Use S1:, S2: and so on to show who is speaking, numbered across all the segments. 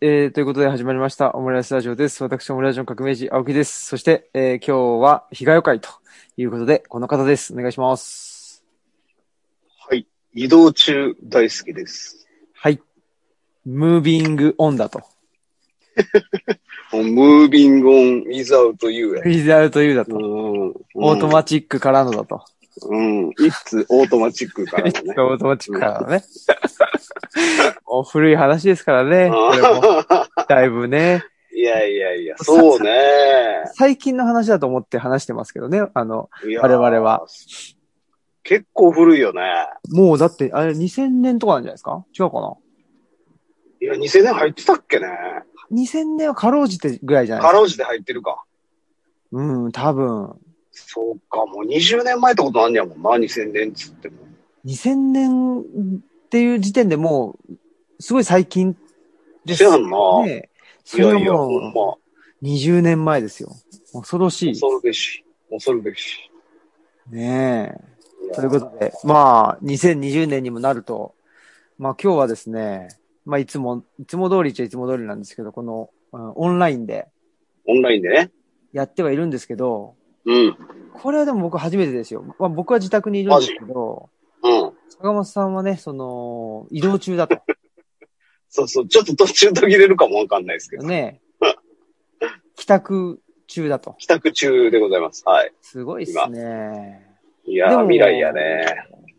S1: えー、ということで始まりました、オムライスラジオです。私、オムライスの革命児、青木です。そして、えー今日は、被害会ということで、この方です。お願いします。
S2: はい。移動中大好きです。
S1: はい。ムービングオンだと。
S2: もうムービングオン、ウィザウトユーや。
S1: ビジュアルというだ
S2: う
S1: と。
S2: ん。
S1: オートマチックからのだと。
S2: うん。いつオートマチックか らだね。
S1: オートマチックからのね。もう古い話ですからね。これも
S2: あ
S1: だいぶね。
S2: ーいやいやいや、そうね。
S1: 最近の話だと思って話してますけどね。あの、
S2: いや
S1: 我々は。
S2: 結構古いよね。
S1: もうだって、あれ2000年とかなんじゃないですか違うかない
S2: や、2000年入ってたっけね。
S1: ?2000 年はかろうじてぐらいじゃないです
S2: か
S1: か。
S2: ろうじて入ってるか。
S1: うん、多分。
S2: そうか、もう20年前ってことなんねやもんな、2000年っつっても。
S1: 2000年っていう時点でもう、すごい最近です
S2: せやんな。
S1: ね。そ
S2: い
S1: れ
S2: や
S1: が
S2: いや、ほ
S1: も
S2: んま。
S1: う20年前ですよ。恐ろしい。
S2: 恐るべし。恐るべし。
S1: ねえ。
S2: や
S1: ということで、まあ、2020年にもなると、まあ今日はですね、まあいつも、いつも通りっちゃいつも通りなんですけど、この、うんオンラインで
S2: オンラインでね。
S1: やってはいるんですけど、
S2: うん。
S1: これはでも僕初めてですよ。まあ僕は自宅にいるんですけど、
S2: うん。
S1: 坂本さんはね、その、移動中だと。
S2: そうそう、ちょっと途中途切れるかもわかんないですけど、
S1: ね。帰宅中だと。
S2: 帰宅中でございます。はい。
S1: すごいっすね。
S2: い
S1: で
S2: やー、未来やね。。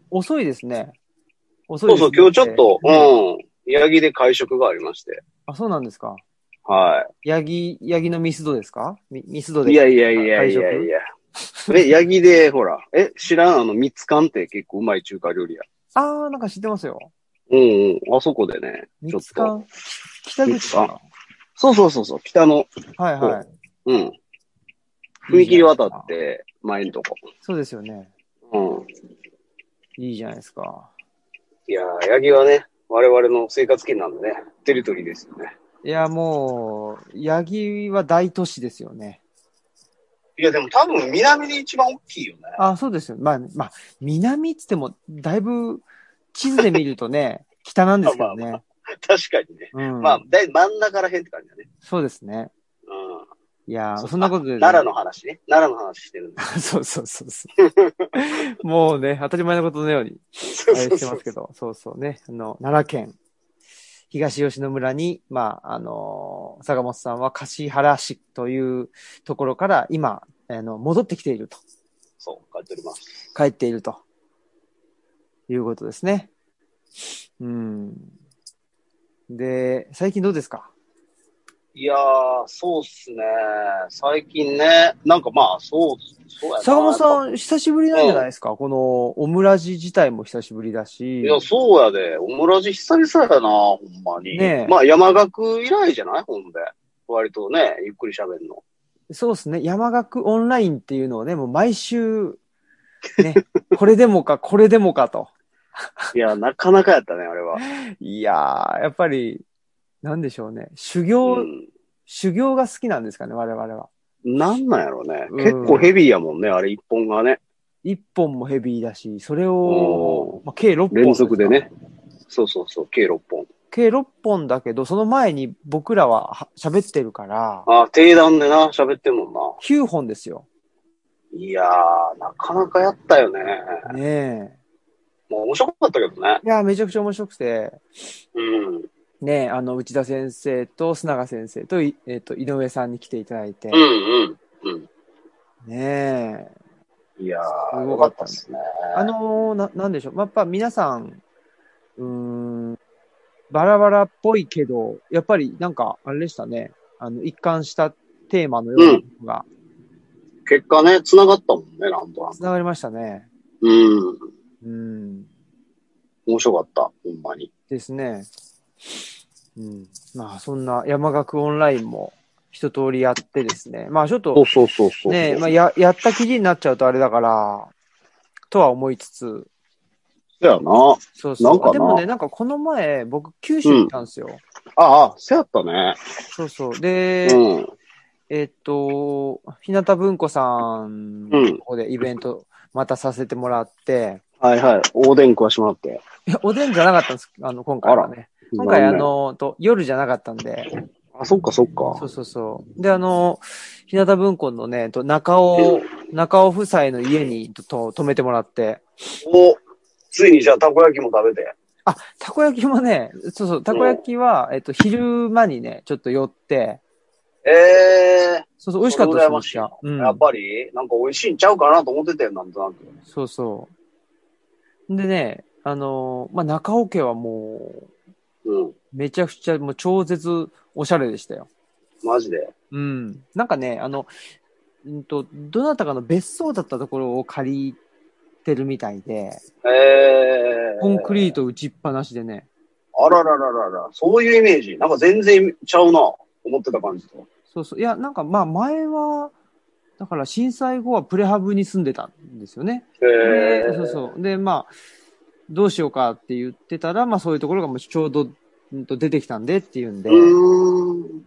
S1: 遅いですね。遅い
S2: そ
S1: です
S2: う
S1: ね
S2: そう、今日ちょっと、
S1: うん
S2: うん、ヤギで会食がありまして。
S1: あ、そうなんですか。
S2: は
S1: ヤギ、ヤギのミスドですかミミスド
S2: い。
S1: で。
S2: いやいやいやいやいや。え、ヤギで、ほら、え、知らんあの、ミツカンって結構うまい中華料理や。
S1: あー、なんか知ってますよ。
S2: うんうん、あそこでね、ち
S1: 三
S2: ょっ
S1: つ
S2: と。
S1: 館。北口か
S2: そうそうそう、そう北の、
S1: な。はいはい。
S2: うん。踏切渡って、前のとこ。
S1: そうですよね。
S2: うん。
S1: いいじゃないですか。
S2: いやー、ヤギはね、我々の生活圏なんでね、テリトリーですよね。
S1: いや、もう、ヤギは大都市ですよね。
S2: いや、でも多分南で一番大きいよね。
S1: あ、そうですよ。まあ、まあ、南っつっても、だいぶ、地図で見ると ね、北なんですけどね。
S2: 確かにね。
S1: うん。
S2: まあ、だい真ん中らへんって感じだね。
S1: そうですね。
S2: う
S1: いやー
S2: そ
S1: そ
S2: うん
S1: なことで、
S2: ん。奈良の話ね。奈良の話してるんで。
S1: 良 そうそうそうそう。もうね、当たり前のことのように、あ
S2: そ
S1: れしてますけど、そうそうね。あの、奈良県、東吉野村に、まあ、あのー坂本さんは橿原市というところから、今、あの、戻ってきていると。
S2: そう、書いております。
S1: 帰っていると。いうことですね。うん。で、最近どうですか
S2: いやー、そうっすね。最近ね、なんかまあ、そう、そうやな。
S1: 坂本
S2: やっ
S1: さん、久しぶりなんじゃないですか、この、オムラジ自体も久しぶりだ
S2: ぱ
S1: し。
S2: いや、そうやで。オムラジ久々やな、ほんまに。
S1: ねえ
S2: まあ、山学以来じゃないほんで。割とね、ゆっくり喋るの。
S1: そうですね。山学オンラインっていうのをね、もう毎週、ね、 これでもか、これでもかと。
S2: いや、なかなかやったね、あれは。
S1: いやー、やっぱり、なんでしょうね。修行、
S2: うん。
S1: 修行が好きなんですかね、我々は。
S2: なんなんやろうね。
S1: うん
S2: 結構ヘビーやもんね、あれ一本がね。
S1: 一本もヘビーだし、それを
S2: お、
S1: まあ、計6本。
S2: 連続でね。。そうそうそう、計6本。
S1: 計6本だけど、その前に僕らはは喋ってるから、
S2: ああ、定談でな、喋ってんもんな。
S1: 9本ですよ。
S2: いやー、なかなかやったよね。
S1: ね
S2: もう面白かったけどね。
S1: え。いやー、めちゃくちゃ面白くて、
S2: うん。
S1: ねえ、あの、内田先生と須永先生と、いえっ、と、井上さんに来ていただいて、
S2: うんうん。
S1: ねえ。
S2: うん。いや
S1: す
S2: ー、
S1: ご
S2: よ
S1: かっ
S2: かったた
S1: で
S2: ですすね。
S1: あのーな、なんでしょう。まあやっぱ皆さん、うーん、バラバラっぽいけど、やっぱりなんか、あれでしたね。あの、一貫したテーマのようなものが
S2: 結果ね、繋がったもんね、なんとなく。
S1: 繋がりましたね。
S2: うん。
S1: うん。
S2: 面白かった、ほんまに。
S1: ですね。うん。まあ、そんな山学オンラインも一通りやってですね。まあ、ちょっ
S2: そ
S1: と
S2: う、そうそうそう。
S1: ね、まあ、や、やった記事になっちゃうとあれだから、とは思いつつ、
S2: せやな。
S1: そうそ
S2: なんか
S1: う。
S2: な
S1: でもね、なんかこの前、僕、九州行ったんですよ。
S2: ああ、せやったね。
S1: そうそう。で、
S2: うん。
S1: えっと、日向文庫さん
S2: う
S1: の
S2: ん
S1: とこでイベントまたさせてもらって、
S2: はいはい。おでん食わしてもらって。
S1: いやおでんじゃなかったんです。あの、今回はね。今回あ、の、と夜じゃなかったんで、
S2: あ、そっかそっ
S1: そ
S2: か
S1: う。そうそう。で、あの、日向文庫のね、と中尾、中尾夫妻の家にとと泊めてもらって、
S2: お、ついにじゃあたこ焼きも食べて。
S1: あ、たこ焼きもね、そうそう、たこ焼きは、えっと、昼間にね、ちょっと寄って、
S2: え
S1: そうそう、美味しかったです、
S2: 羨
S1: め
S2: ま
S1: っ
S2: しい
S1: ちゃ。う
S2: え
S1: ん
S2: や。っぱり、なんか美味しいんちゃうかなと思ってたよ、なんとなく。
S1: そうそう。でね、あのーまあ、中尾家はもう、
S2: うん。
S1: めちゃくちゃ、もう超絶おしゃれでしたよ。
S2: マジで。
S1: うん。なんかね、あの、うんと、どなたかの別荘だったところを借りてるみたいで、
S2: えー、
S1: コンクリート打ちっぱなしでね、
S2: あららららら、そういうイメージ。なんか全然ちゃうな、思ってた感じと。
S1: そうそう。いや、なんかまあ前は、だから震災後はプレハブに住んでたんですよね。
S2: へ
S1: で
S2: えー、
S1: そうそう。で、まあ、どうしようかって言ってたら、まあそういうところがもうちょうど、うんと出てきたんでっていうんで。
S2: うーん。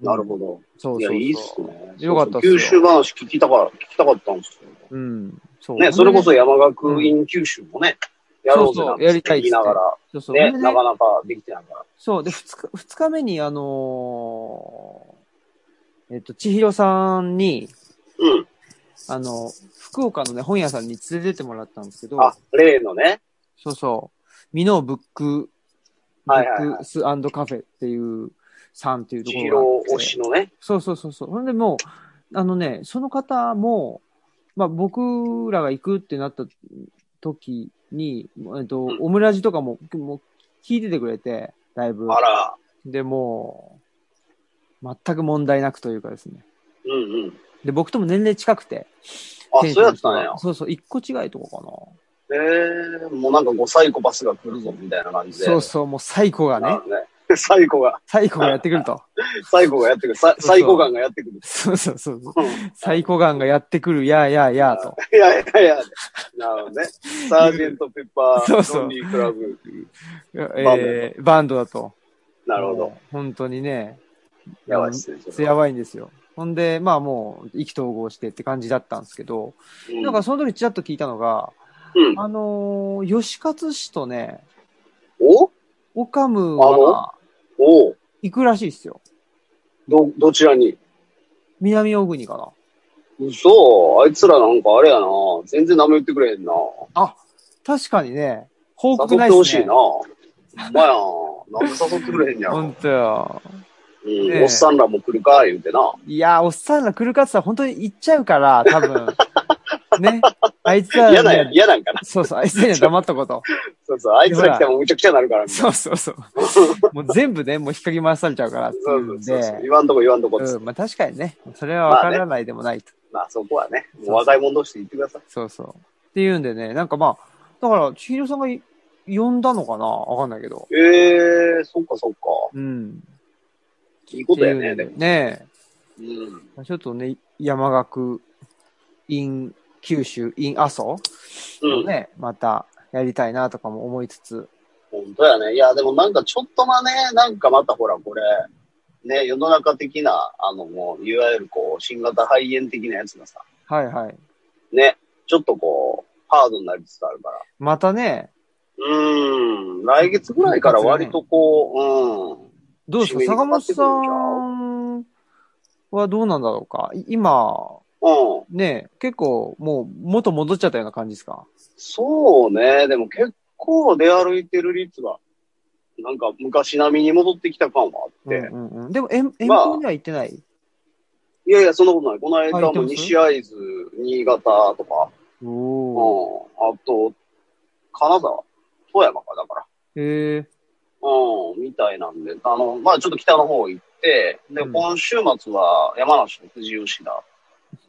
S2: なるほど。
S1: そう
S2: い
S1: そうそ
S2: や、
S1: う。
S2: いいっすね。
S1: よかったっすよ
S2: 九州話聞きたか、聞きたかったんですよ。
S1: うん。そう。
S2: ね、それこそ山学院九州もね、やろうぜなん
S1: そうそうやり
S2: て
S1: たいっつって
S2: 言いながら、
S1: そうそう。
S2: ね、
S1: で
S2: なかなかできてないから。
S1: そう。で、二日、二日目に、あのーえっと、千尋さんに、
S2: うん。
S1: あの、福岡のね、本屋さんに連れてってもらったんですけど、
S2: あ、例のね。
S1: そうそう、ミノーブック、ブ
S2: はいはいは
S1: ッ
S2: い
S1: クスカフェっていう、さんっていうとこ
S2: 千
S1: ろ
S2: 尋
S1: があっ
S2: 推
S1: て
S2: しのね。
S1: そうそうそうそう。ほんでもう、あのね、その方も、まあ僕らが行くってなった時に、えっと、
S2: うん
S1: オムラジとかも、もう聞いててくれて、だいぶ。
S2: あら、
S1: で、もう、全く問題なくというかですね。
S2: うんうん。
S1: で、僕とも年齢近くて。
S2: あ、
S1: 店
S2: そ
S1: 主
S2: うや
S1: の
S2: っ
S1: 人
S2: た
S1: が
S2: んや。
S1: そうそう、一個違いとかかな。
S2: えー、もうなんかこうサイコパスが来るぞ、みたいな感じで。
S1: そうそう、もう最古がね
S2: な、るね。サイコが、
S1: 最古がやってくると。
S2: 最後がやってくる。さ
S1: そう
S2: 最後感がやってくる。
S1: そうそうそうそう。
S2: うん
S1: 最古がんがやってくる、やーやーやーと。
S2: いやいやいや。なるほどね。サージェントペッパ
S1: そう
S2: ー、
S1: そう
S2: ロンリークラブ。
S1: えー、バンドだと。
S2: なるほど。
S1: もう。本当にね、
S2: やばいっすね。それ
S1: や
S2: は
S1: ばいんですよ。ほんで、まあもう、意気投合してって感じだったんですけど、
S2: うん
S1: なんかその時ちらっと聞いたのが、
S2: うん
S1: あのー、吉勝氏とね、
S2: お
S1: オカム
S2: あ
S1: は
S2: おう
S1: 行くらしいですよ。
S2: ど、どちらに
S1: 南大国かな。
S2: 嘘あいつらなんかあれやな。全然何も言ってくれへんな。
S1: あ、確かにね、報
S2: 誘
S1: 告
S2: っ
S1: な
S2: て
S1: いで
S2: ほ
S1: す
S2: しい
S1: ね
S2: な。。ほんまやん。なんで誘ってくれへんや
S1: 本
S2: ん。
S1: 当よ。
S2: うん
S1: ねえ
S2: おっさんらも来るか、言うてな。
S1: いやー、おっさんら来るかって言ったら本当に行っちゃうから、多 分。ね。あいつら
S2: 嫌
S1: に
S2: な、
S1: は、
S2: 嫌なんかな。
S1: そうそう、あいつらには黙っとこと。
S2: そうそう。あいつら来てもむちゃくちゃなるから。みた い
S1: そうそう そう。もう全部ね、もう引っかき回されちゃうからって
S2: ないそう
S1: う
S2: そ
S1: ん
S2: うそうそう。
S1: で。
S2: 言わんとこ言わんとこっつって
S1: うん、まあ確かにね、それはわからないでもないと。
S2: まあそこはね、もう若い者同士で言ってください。
S1: そうそう。っていうんでね、なんかまあ、だから、千尋さんがい呼んだのかなわかんないけど。
S2: ええー、そっかそっか。
S1: うん。
S2: いいことや
S1: ってい
S2: ね、
S1: うんで
S2: でも。
S1: ね
S2: うん。
S1: え。ちょっとね、山岳、in 九州、in 阿蘇
S2: う
S1: を
S2: ん。
S1: ね、またやりたいなとかも思いつつ。
S2: 本当やね。いや、でもなんかちょっとまね、なんかまたほら、これ、ね、世の中的な、あの、もう、いわゆるこう、新型肺炎的なやつがさ、
S1: はいはい。
S2: ね、ちょっとこう、ハードになりつつあるから。
S1: またね、
S2: うーん、来月ぐらいから割とこう、
S1: どうですか
S2: 締めに
S1: 坂
S2: かか
S1: 本
S2: ってく
S1: さ
S2: るんちゃうん
S1: はどうなんだろうかい今、
S2: うん、うん。
S1: ね、結構もう元戻っちゃったような感じですか
S2: そうね、でも結構出歩いてる率が、なんか昔並みに戻ってきた感はあって、
S1: うんうんうん、でも遠遠
S2: まあ
S1: 方には行ってない、
S2: いやいや、そんなことない。この間
S1: あ行って
S2: も
S1: ます
S2: 西会津、新潟とか、うん、
S1: おお。
S2: あと、金沢、富山か、だから、
S1: へえ。
S2: うん、みたいなんで、あの、まあちょっと北の方行って、で、
S1: うん
S2: 今週末は山梨の富士吉田、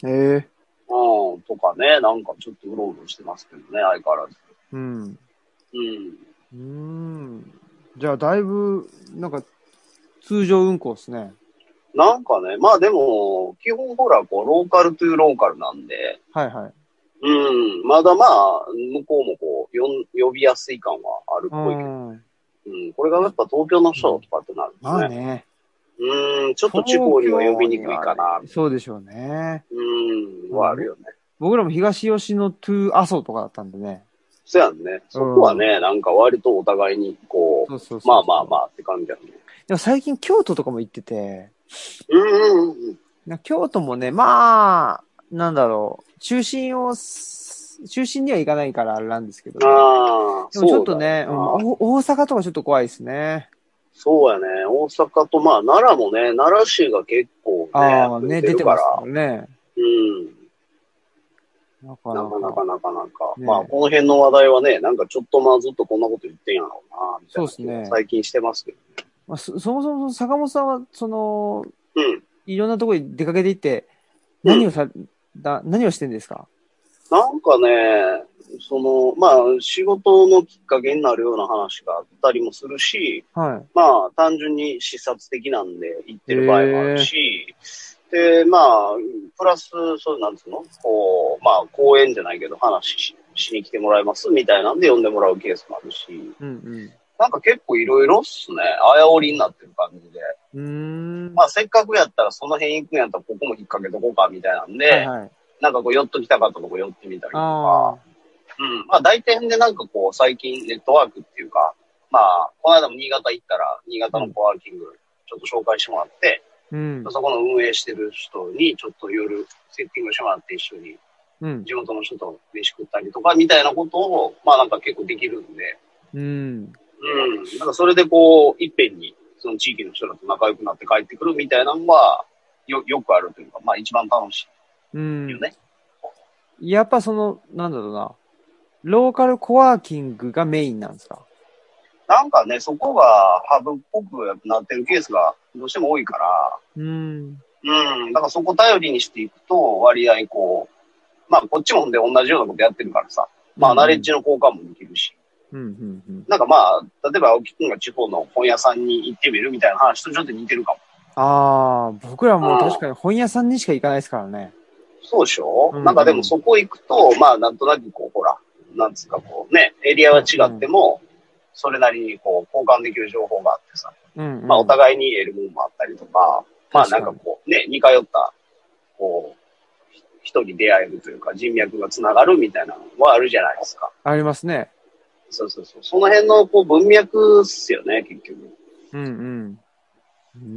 S1: へえ。
S2: うん、とかね、なんかちょっとうろうろしてますけどね、相変わらず。
S1: うん。うー
S2: うん。
S1: ん。じゃあ、だいぶ、なんか、通常運行ですね。
S2: なんかね、まあでも、基本ほら、こう、ローカルというローカルなんで、
S1: はいはい。
S2: うん、まだまあ、向こうもこう、よん呼びやすい感はあるっ
S1: う
S2: ぽいけど、
S1: ん。
S2: うん、これがやっぱ東京の人とかってなる
S1: まあ
S2: ね。
S1: ね。
S2: うん、ちょっと地方には呼びにくいかな、
S1: そうでしょうね。
S2: うん、はあるよね。
S1: 僕らも東吉野トゥー阿蘇とかだったんでね。
S2: そやんね。そこはね、なんか割とお互いに、こも、
S1: そうそうそう。
S2: まあまあまあって感じだよね。
S1: でも最近京都とかも行ってて、
S2: うんうんうんうん。
S1: な京都もね、まあ、なんだろう、中心をす、中心には行かないからあれなんですけど、
S2: ああ、
S1: でもちょっと
S2: そうだ
S1: ね、うんお大阪とかちょっと怖いですね。
S2: そうやね。大阪と、まあ、奈良もね、奈良市が結構
S1: ああ、
S2: ね、
S1: ね、
S2: 出
S1: 出
S2: て
S1: て
S2: るか
S1: ます
S2: ら
S1: か。らね。
S2: うん。
S1: なか
S2: な
S1: な
S2: か
S1: か。
S2: なかなかなか。
S1: ね
S2: まあ、この辺の話題はね、なんかちょっとまあずっとこんなこと言ってんやろうな、みた
S1: そ
S2: いな
S1: うっすね
S2: 最近してますけど。
S1: まあ、そそもそも坂本さんは、その、
S2: うん。
S1: いろんなところに出かけていって、
S2: うん
S1: 何をさ、 だ何をしてんですか
S2: なんかね、その、まあ、仕事のきっかけになるような話があったりもするし、
S1: は
S2: まあ、単純に視察的なんで行ってる場合もあるし、で、まあ、プラス、そうなんつうのこう、まあ、講演じゃないけど話ししに来てもらいますみたいなんで呼んでもらうケースもあるし、
S1: い。うん
S2: なんか結構いろいろっすね。あやおりになってる感じで。
S1: うん。うーん。
S2: まあ、せっかくやったらその辺行くんやったらここも引っ掛けとこうかみたいなんで、
S1: はいはい。
S2: なんかこう寄っときたかったとこ寄ってみたりと
S1: あ
S2: か、うん。まあ、大体でなんかこう最近ネットワークっていうか、まあ、この間も新潟行ったら、新潟のコワーキングちょっと紹介してもらって、
S1: あ。うん。
S2: そこの運営してる人にちょっと夜セッティングしてもらって一緒に
S1: うん。
S2: 地元の人と飯食ったりとかみたいなことを、まあなんか結構できるんで、
S1: うん。
S2: うん。なんかそれでこう、いっぺんに、その地域の人らと仲良くなって帰ってくるみたいなのは、よ、よくあるというか、まあ一番楽し
S1: う
S2: いよ
S1: ん。
S2: ね。
S1: やっぱその、なんだろうな。ローカルコワーキングがメインなんですか
S2: なんかね、そこがハブっぽくなってるケースがどうしても多いから、
S1: うん。
S2: うん。だからそこ頼りにしていくと、割合こう、まあこっちもほんで同じようなことやってるからさ、まあナレッジの交換もできるし、
S1: うんうんうん。
S2: なんかまあ、例えば青木くんが地方の本屋さんに行ってみるみたいな話とちょっと似てるかも。
S1: ああ、僕らもう確かに本屋さんにしか行かないですからね。
S2: そうでしょ、
S1: うん
S2: なんかでもそこ行くと、まあなんとなくこう、ほら、なんつうかこうね、エリアは違っても、それなりにこう、交換できる情報があってさ、
S1: うん、うん。
S2: まあお互いに得るものもあったりとか、まあなんかこう、ね、似通った、こう、人に出会えるというか、人脈がつながるみたいなのはあるじゃないですか。
S1: ありますね。
S2: そうそうそう。その辺のこう文脈っすよね、結局。
S1: うんうん。うー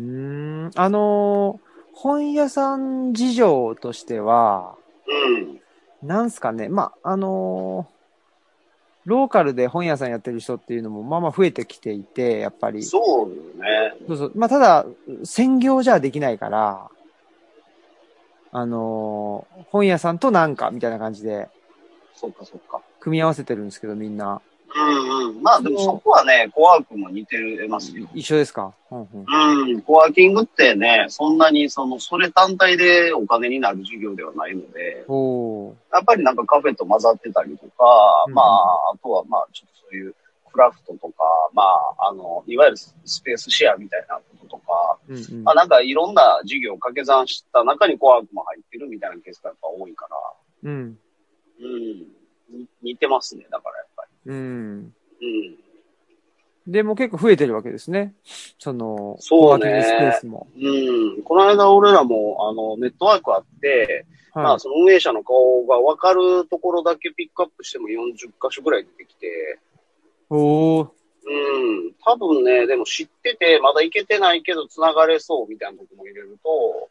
S1: ん。あのー本屋さん事情としては、
S2: うん。
S1: なんすかね、まあ、あのーローカルで本屋さんやってる人っていうのも、まあまあ増えてきていて、やっぱり。そ
S2: そうよね。
S1: うそう。まあ、ただ、専業じゃできないから、あのー本屋さんとなんかみたいな感じで、
S2: そっかそっか。
S1: 組み合わせてるんですけど、みんな。
S2: うんうん。まあでもそこはね、コワークも似てますよ。
S1: 一緒ですかうんうん。
S2: うん、コワーキングってね、そんなにその、それ単体でお金になる授業ではないので、
S1: おー。
S2: やっぱりなんかカフェと混ざってたりとか、
S1: うん
S2: まあ、あとはまあ、ちょっとそういうクラフトとか、まあ、あの、いわゆるスペースシェアみたいなこととか、
S1: うんうん
S2: まあなんかいろんな授業を掛け算した中にコワークも入ってるみたいなケースがやっぱ多いから、
S1: うん。
S2: うん、に似てますね、だからやっぱ
S1: うん。
S2: り。うん。
S1: でも結構増えてるわけですね。その、
S2: そ
S1: コワ
S2: うね
S1: ーキングスペースも。
S2: うん、この間俺らも、あの、ネットワークあって、
S1: はい。
S2: まあ、その運営者の顔が分かるところだけピックアップしても40箇所ぐらい出てきて、
S1: おー。
S2: うん、多分ね、でも知ってて、まだ行けてないけど繋がれそうみたいなとこも入れると、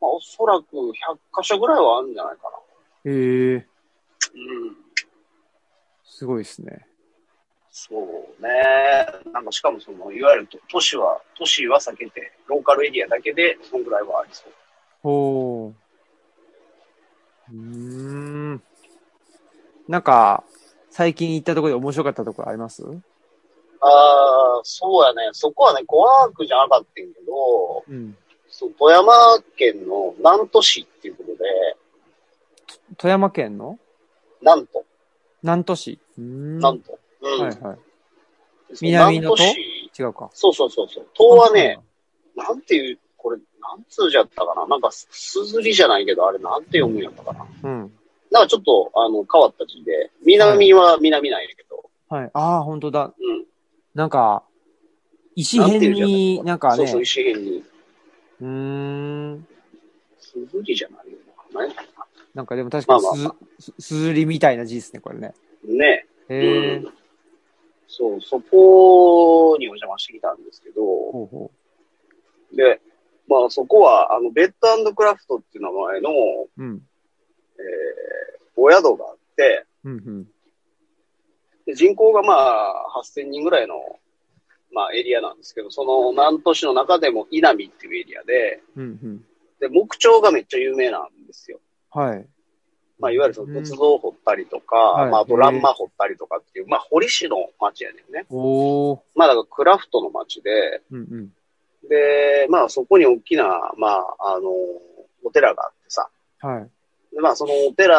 S2: まあ、おそらく100箇所ぐらいはあるんじゃないかな。
S1: ええー、
S2: うん、
S1: すごいですね。
S2: そうね。なんかしかもその、いわゆる都都市は、都市は避けて、ローカルエリアだけで、そのぐらいはありそう。
S1: ほう。うーん。なんか、最近行ったところで面白かったところありますう
S2: ああ、そうやね。そこはね、コワークじゃなかったんやけど、
S1: ん。
S2: そう富山県の南砺市っていうことで、
S1: 富山県の
S2: なんと、
S1: 南砺市。うーん。
S2: なんと。うん。
S1: はいはい。
S2: そう
S1: 南の都
S2: 南砺市
S1: 違うか。
S2: そうそうそうそう。東はね、なんていう、これ、なんつうじゃったかななんか、すすずりじゃないけど、あれなんて読むんやったかな
S1: あ。うん。
S2: なんかちょっと、あの、変わった字で、南は南なんやけど、
S1: はい。ああ、本当だ。
S2: うん。
S1: なんか、石辺に、なんか
S2: そ
S1: ね、
S2: うそう、
S1: う
S2: 石辺に。
S1: ーん。
S2: すずりじゃないよな。なんやったか
S1: なんかでも確かに
S2: まあ
S1: す
S2: まあ
S1: ず、すすずりみたいな字ですね、これね。
S2: なね
S1: へえ
S2: うん。そう、そこに話してきたんですけど、
S1: ほうほ
S2: で、まあそこは、あの、ベッドクラフトっていう名前の、
S1: う。うん。
S2: えーお宿があって、
S1: うん、うん。
S2: で人口がまあ8000人ぐらいの、まあ、エリアなんですけど、その南都市の中でも稲見っていうエリアで、
S1: うん、うん。
S2: で木彫がめっちゃ有名なんですよ。
S1: はい。
S2: まあ、いわゆるその
S1: うん
S2: 仏像を掘ったりとか、
S1: はい
S2: まあ、あとランマ掘ったりとかっていう、まあ、堀市の町やねんね。
S1: おー。
S2: まあ、だからクラフトの町で、
S1: うん、うん。
S2: で、まあ、そこに大きな、まあ、あの、お寺があってさ、
S1: はい。
S2: でまあ、そのお寺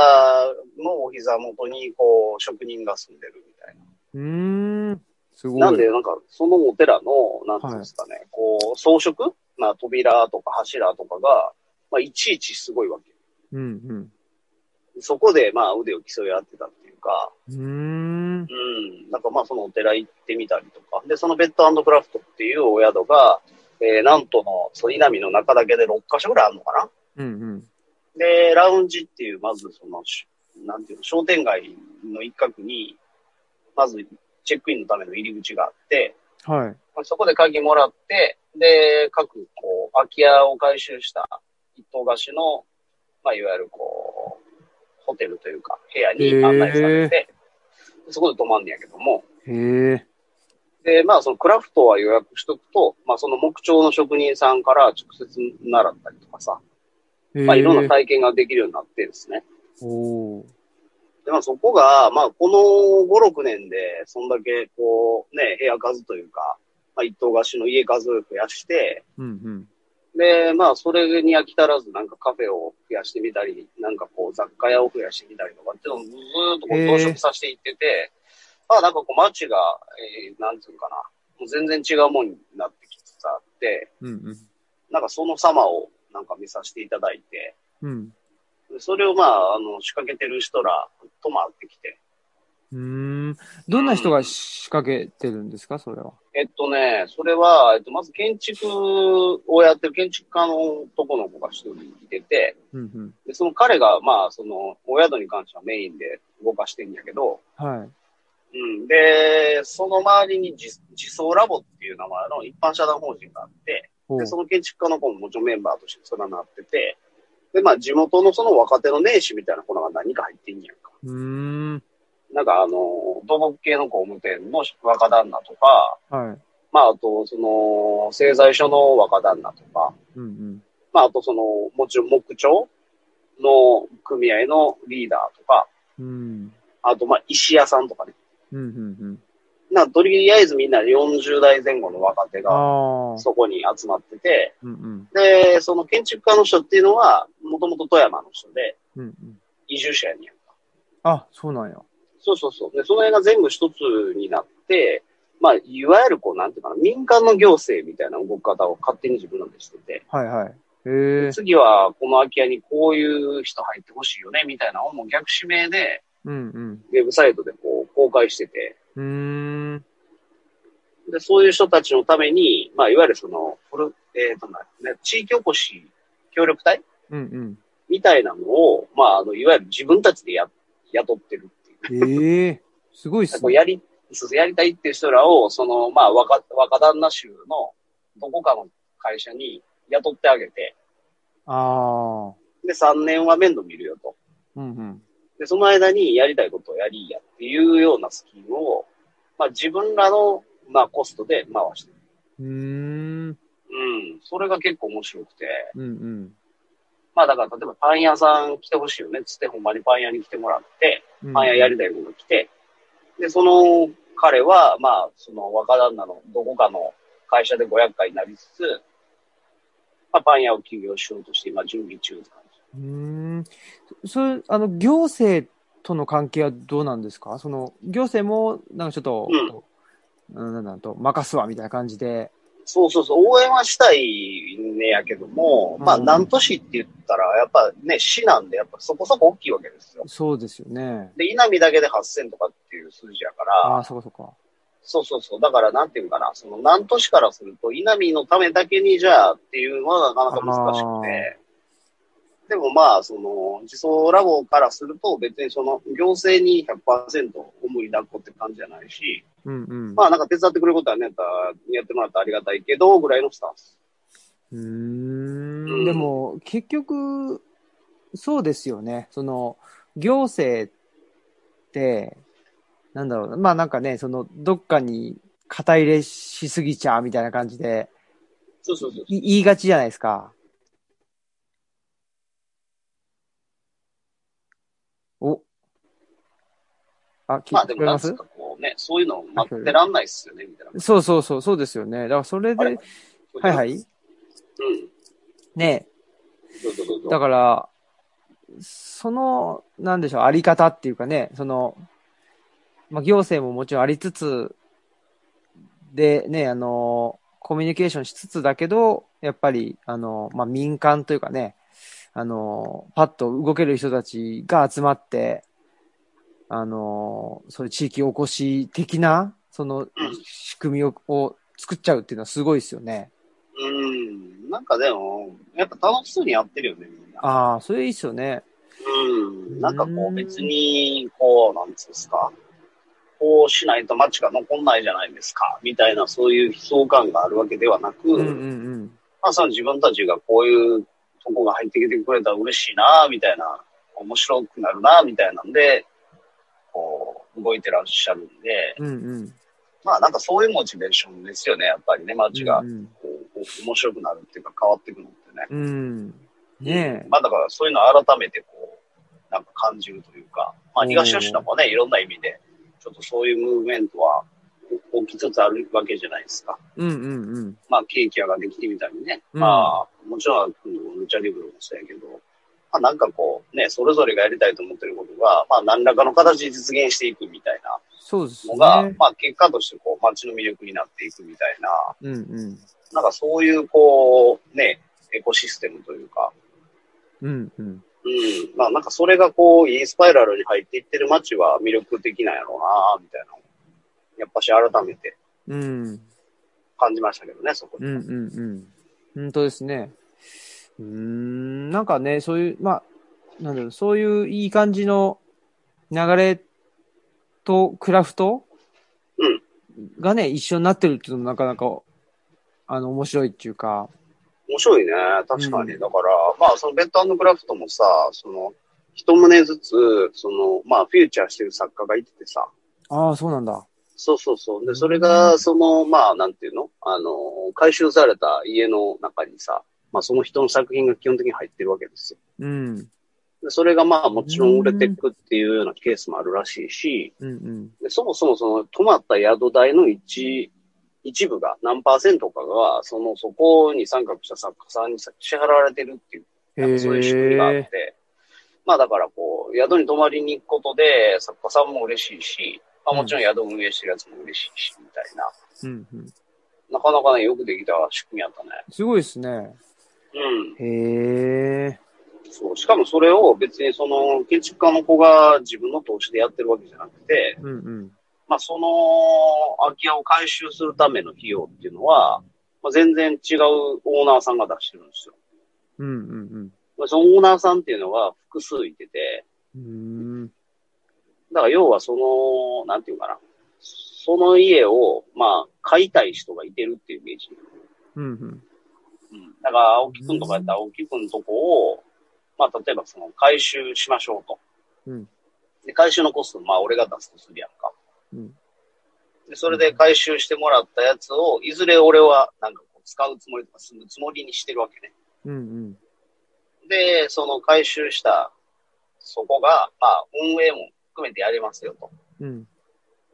S2: のお膝元に、こう、職人が住んでるみたいな。
S1: うーん。すごい。
S2: なんで、なんか、そのお寺の、なんていうんですかね、こう、装飾まあ、扉とか柱とかが、まあ、いちいちすごいわけ。
S1: うん、
S2: そこで、まあ、腕を競い合ってたっていうか、
S1: うん。うーん。
S2: うん、なんかまあ、そのお寺行ってみたりとか、で、そのベッドクラフトっていうお宿が、えー、なんとの、そう、稲見の中だけで6カ所ぐらいあるのかな
S1: うん、うん。
S2: で、ラウンジっていう、まず、その、しなんていうの、商店街の一角に、まず、チェックインのための入り口があって、
S1: はい。
S2: そこで鍵もらって、で、各、こう、空き家を回収した一棟貸しの、まあ、いわゆる、こう、ホテルというか、部屋に案内されて、そこで泊まんねやけども、
S1: へえ。
S2: で、まあ、そのクラフトは予約しとくと、まあ、その木彫の職人さんから直接習ったりとかさ、
S1: へえ。
S2: まあ、いろんな体験ができるようになってですね。
S1: おー。
S2: で、まあ、そこが、まあ、この5、6年で、そんだけ、こう、ね、部屋数というか、まあ、一棟貸しの家数を増やして、
S1: うん、うん。
S2: で、まあ、それに飽き足らず、なんかカフェを増やしてみたり、なんかこう、雑貨屋を増やしてみたりとかっていうのをずーっとこう
S1: へー
S2: 増殖させていってて、まあ、なんかこう、街が、えー、なんつうのかな、もう全然違うもんになってきつつあって、
S1: うん、うん。
S2: なんかその様をなんか見させていただいて、
S1: うん。
S2: それをまあ、あの、仕掛けてる人らと回ってきて、
S1: うーん。どんな人が仕掛けてるんですか、それは。
S2: えっとね、それは、えっと、まず建築をやってる建築家の男の子が一人いてて、
S1: うん、うん。
S2: で、その彼が、まあ、その、お宿に関してはメインで動かしてんだけど、
S1: はい。
S2: うん。で、その周りに自自走ラボっていう名前の一般社団法人があって、
S1: ほう
S2: で、。その建築家の子ももちろんメンバーとして連なってて、で、まあ、地元のその若手の名士みたいな子が何か入ってんやんか。
S1: うーん。
S2: なんか、あの、土木系の工務店の若旦那とか、
S1: はい。
S2: まあ、あと、その、製材所の若旦那とか、
S1: うん、うん。
S2: まあ、あとその、もちろん木彫の組合のリーダーとか、
S1: うん。
S2: あと、まあ、石屋さんとかね。
S1: うん、うん、うん。
S2: な、とりあえずみんな40代前後の若手が、
S1: ああ。
S2: そこに集まってて、
S1: うん、うん。
S2: で、その建築家の人っていうのは、もともと富山の人で、
S1: うん、うん。
S2: 移住者やねんやんか。
S1: あ、そうなんや。
S2: そうそうそう。で、その辺が全部一つになって、まあ、いわゆるこう、なんていうかな、民間の行政みたいな動き方を勝手に自分らでしてて、
S1: はい、はい。へえ。
S2: 次はこの空き家にこういう人入ってほしいよね、みたいなのをもう逆指名で、
S1: うん、うん。
S2: ウェブサイトでこう、公開してて、
S1: うーん。
S2: で、そういう人たちのために、まあ、いわゆるその、フルえーとね、地域おこし協力隊
S1: うん、
S2: みたいなのを、まあ、あの、いわゆる自分たちでや、雇ってるっていう。
S1: うん。ええ。すごいっす
S2: こう
S1: ね。
S2: やり、そうそうやりたいっていう人らを、その、まあ、若、若旦那州のどこかの会社に雇ってあげて、
S1: ああ。
S2: で、3年は面倒見るよと。
S1: うん、うん。
S2: で、その間にやりたいことをやりやっていうようなスキームを、まあ、自分らの、まあ、コストで回してる。
S1: うーん。
S2: うん。それが結構面白くて。
S1: うん、うん。
S2: まあだから例えばパン屋さん来てほしいよねっつってほんまにパン屋に来てもらって、
S1: うん
S2: パン屋やりたいこと来て、で、その彼は、まあその若旦那のどこかの会社で500回になりつつ、まあパン屋を休業しようとして今準備中って感
S1: う
S2: じ。
S1: ーん。それ、あの、行政との関係はどうなんですかその、行政も、なんかちょっと、うん、なんだと、任すわ、みたいな感じで。
S2: そうそうそう、応援はしたいねやけども、まあ
S1: うん
S2: 南都市って言ったらやっぱね、市なんでやっぱそこそこ大きいわけですよ。
S1: そうですよね。
S2: で、稲見だけで8000とかっていう数字やから、
S1: ああ、そうかそうか。
S2: そうそうそう。だから、なんていうんかな、その、南都市からすると、稲見のためだけに、じゃあ、っていうのはなかなか難しくて。でもまあ、その、自走ラボからすると、別にその、行政に100%思い抱っこって感じじゃないし、
S1: ううんうん。
S2: まあなんか手伝ってくれることはね、やったらやってもらったらありがたいけど、ぐらいのスタンス。
S1: うー
S2: うんん
S1: でも、結局、そうですよね。その、行政って、なんだろうな。まあなんかね、その、どっかに肩入れしすぎちゃうみたいな感じで、
S2: そうそうそう。
S1: い言いがちじゃないですか。お。あ、聞
S2: まあ
S1: いて
S2: でも
S1: くれ
S2: な
S1: ま
S2: んつ
S1: す
S2: うかこうね、そういうの待ってらんないっすよね、みたいな。
S1: そうそうそう、そうですよね。だからそれ
S2: あれ
S1: で、はいは。
S2: うん
S1: い。。ね、
S2: どうぞどうぞ。
S1: だから、その、なんでしょう、あり方っていうかね、その、まあ、行政ももちろんありつつ、で、ね、あの、コミュニケーションしつつだけど、やっぱり、あの、まあ、民間というかね、あの、パッと動ける人たちが集まって、あの、そういう地域おこし的な、その、仕組みをを作っちゃうっていうのはすごいですよね。
S2: うん。なんかでも、やっぱ楽しそうにやってるよね、みんな。
S1: ああ、それいいっすよね。
S2: うん。なんかこ
S1: う
S2: うん別に、こう、なんつうんですか。こうしないと街が残んないじゃないですか。みたいな、そういう悲壮感があるわけではなく、
S1: うんうんうん。
S2: まあその自分たちがこういうとこが入ってきてくれたら嬉しいな、みたいな、面白くなるな、みたいなんで、こう、動いてらっしゃるんで、
S1: うんうん。
S2: まあなんかそういうモチベーションですよね、やっぱりね、街が
S1: う。ん
S2: こう、面白くなるっていうか変わってくるのってね。
S1: うん、うん。ねえ。
S2: まあだからそういうのを改めてこう、なんか感じるというか、まあ東吉野もね、いろんな意味で、ちょっとそういうムーブメントはお起きつつあるわけじゃないですか。
S1: うんうんうん。
S2: まあケーキ屋ができてみたりね、
S1: うん
S2: まあもちろん、ルチャリブロもそうやけど、まあなんかこうね、それぞれがやりたいと思ってることが、まあ何らかの形で実現していくみたいな
S1: そうですね
S2: の。が、まあ結果としてこう街の魅力になっていくみたいな、
S1: うんうん。
S2: なんかそういうこう、ね、エコシステムというか、
S1: うんうん。
S2: うん。まあなんかそれがこう、いいスパイラルに入っていってる街は魅力的なんやろうなみたいな。やっぱし改めて
S1: うん。
S2: 感じましたけどね、そこで。
S1: うんうんうん。本当ですね。うーん。なんかね、そういう、まあ、なんだろう、そういういい感じの流れとクラフト
S2: うん
S1: がね、一緒になってるっていうのもなかなか、あの、面白いっていうか。
S2: 面白いね、確かに。
S1: うん
S2: だから、まあそのベッドクラフトもさ、その、一棟ずつ、その、まあフューチャーしてる作家がいててさ、
S1: ああ、そうなんだ。
S2: そうそうそう。で、それが、その、まあ、なんていうのあの、回収された家の中にさ、まあ、その人の作品が基本的に入ってるわけですよ。
S1: うん。うん
S2: でそれがまあ、もちろん売れていくっていうようなケースもあるらしいし、
S1: うん。
S2: でそもそもその、泊まった宿代の一、一部が、何パーセントかが、その、そこに参画した作家さんに支払われてるっていうなんかそういう仕組みがあっ
S1: へえ。
S2: て、まあだからこう、宿に泊まりに行くことで、作家さんも嬉しいし、まあもちろん宿を運営してるやつも嬉しいし、みたいな。
S1: うんうん。
S2: なかなかね、よくできた仕組みやったね。
S1: すごいですね。
S2: う
S1: へえ。
S2: ん。そう。しかもそれを別にその、建築家の子が自分の投資でやってるわけじゃなくて、
S1: うんうん。
S2: まあその、空き家を回収するための費用っていうのは、まあ、全然違うオーナーさんが出してるんですよ。
S1: うんうん
S2: まあそのオーナーさんっていうのが複数いてて、
S1: うん。う
S2: だから要はその、なんていうかな。その家を、まあ、買いたい人がいてるっていうイメージ。
S1: ーん。うんうん。
S2: うん。だから、青木くんとかやったら、青木くんのとこを、まあ、例えばその、回収しましょうと。
S1: うん。
S2: で、回収のコスト、まあ、俺が出すとするやんか。
S1: うん。
S2: で、それで回収してもらったやつを、いずれ俺は、なんかこう、使うつもりとか、住むつもりにしてるわけね。
S1: うんうん。
S2: で、その回収した、そこが、まあ、運営も含めてやりますよと。
S1: うん。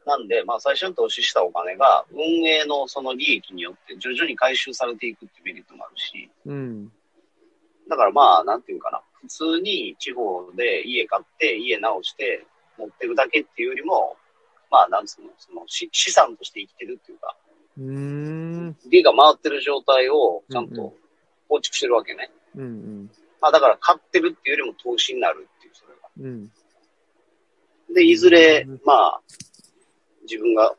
S2: なんで、まあ最初に投資したお金が、運営のその利益によって徐々に回収されていくっていうメリットもあるし、
S1: うん。
S2: だからまあ、なんていうかな、普通に地方で家買って、家直して、持ってるだけっていうよりも、まあ、なんつうの、その資資産として生きてるっていうか、
S1: うーん。
S2: 利が回ってる状態をちゃん
S1: うんうん
S2: と構築してるわけね。
S1: うん
S2: まあだから買ってるっていうよりも投資になるっていう、それが。
S1: うん。うん。
S2: で、いずれ
S1: うん、
S2: まあ、自分が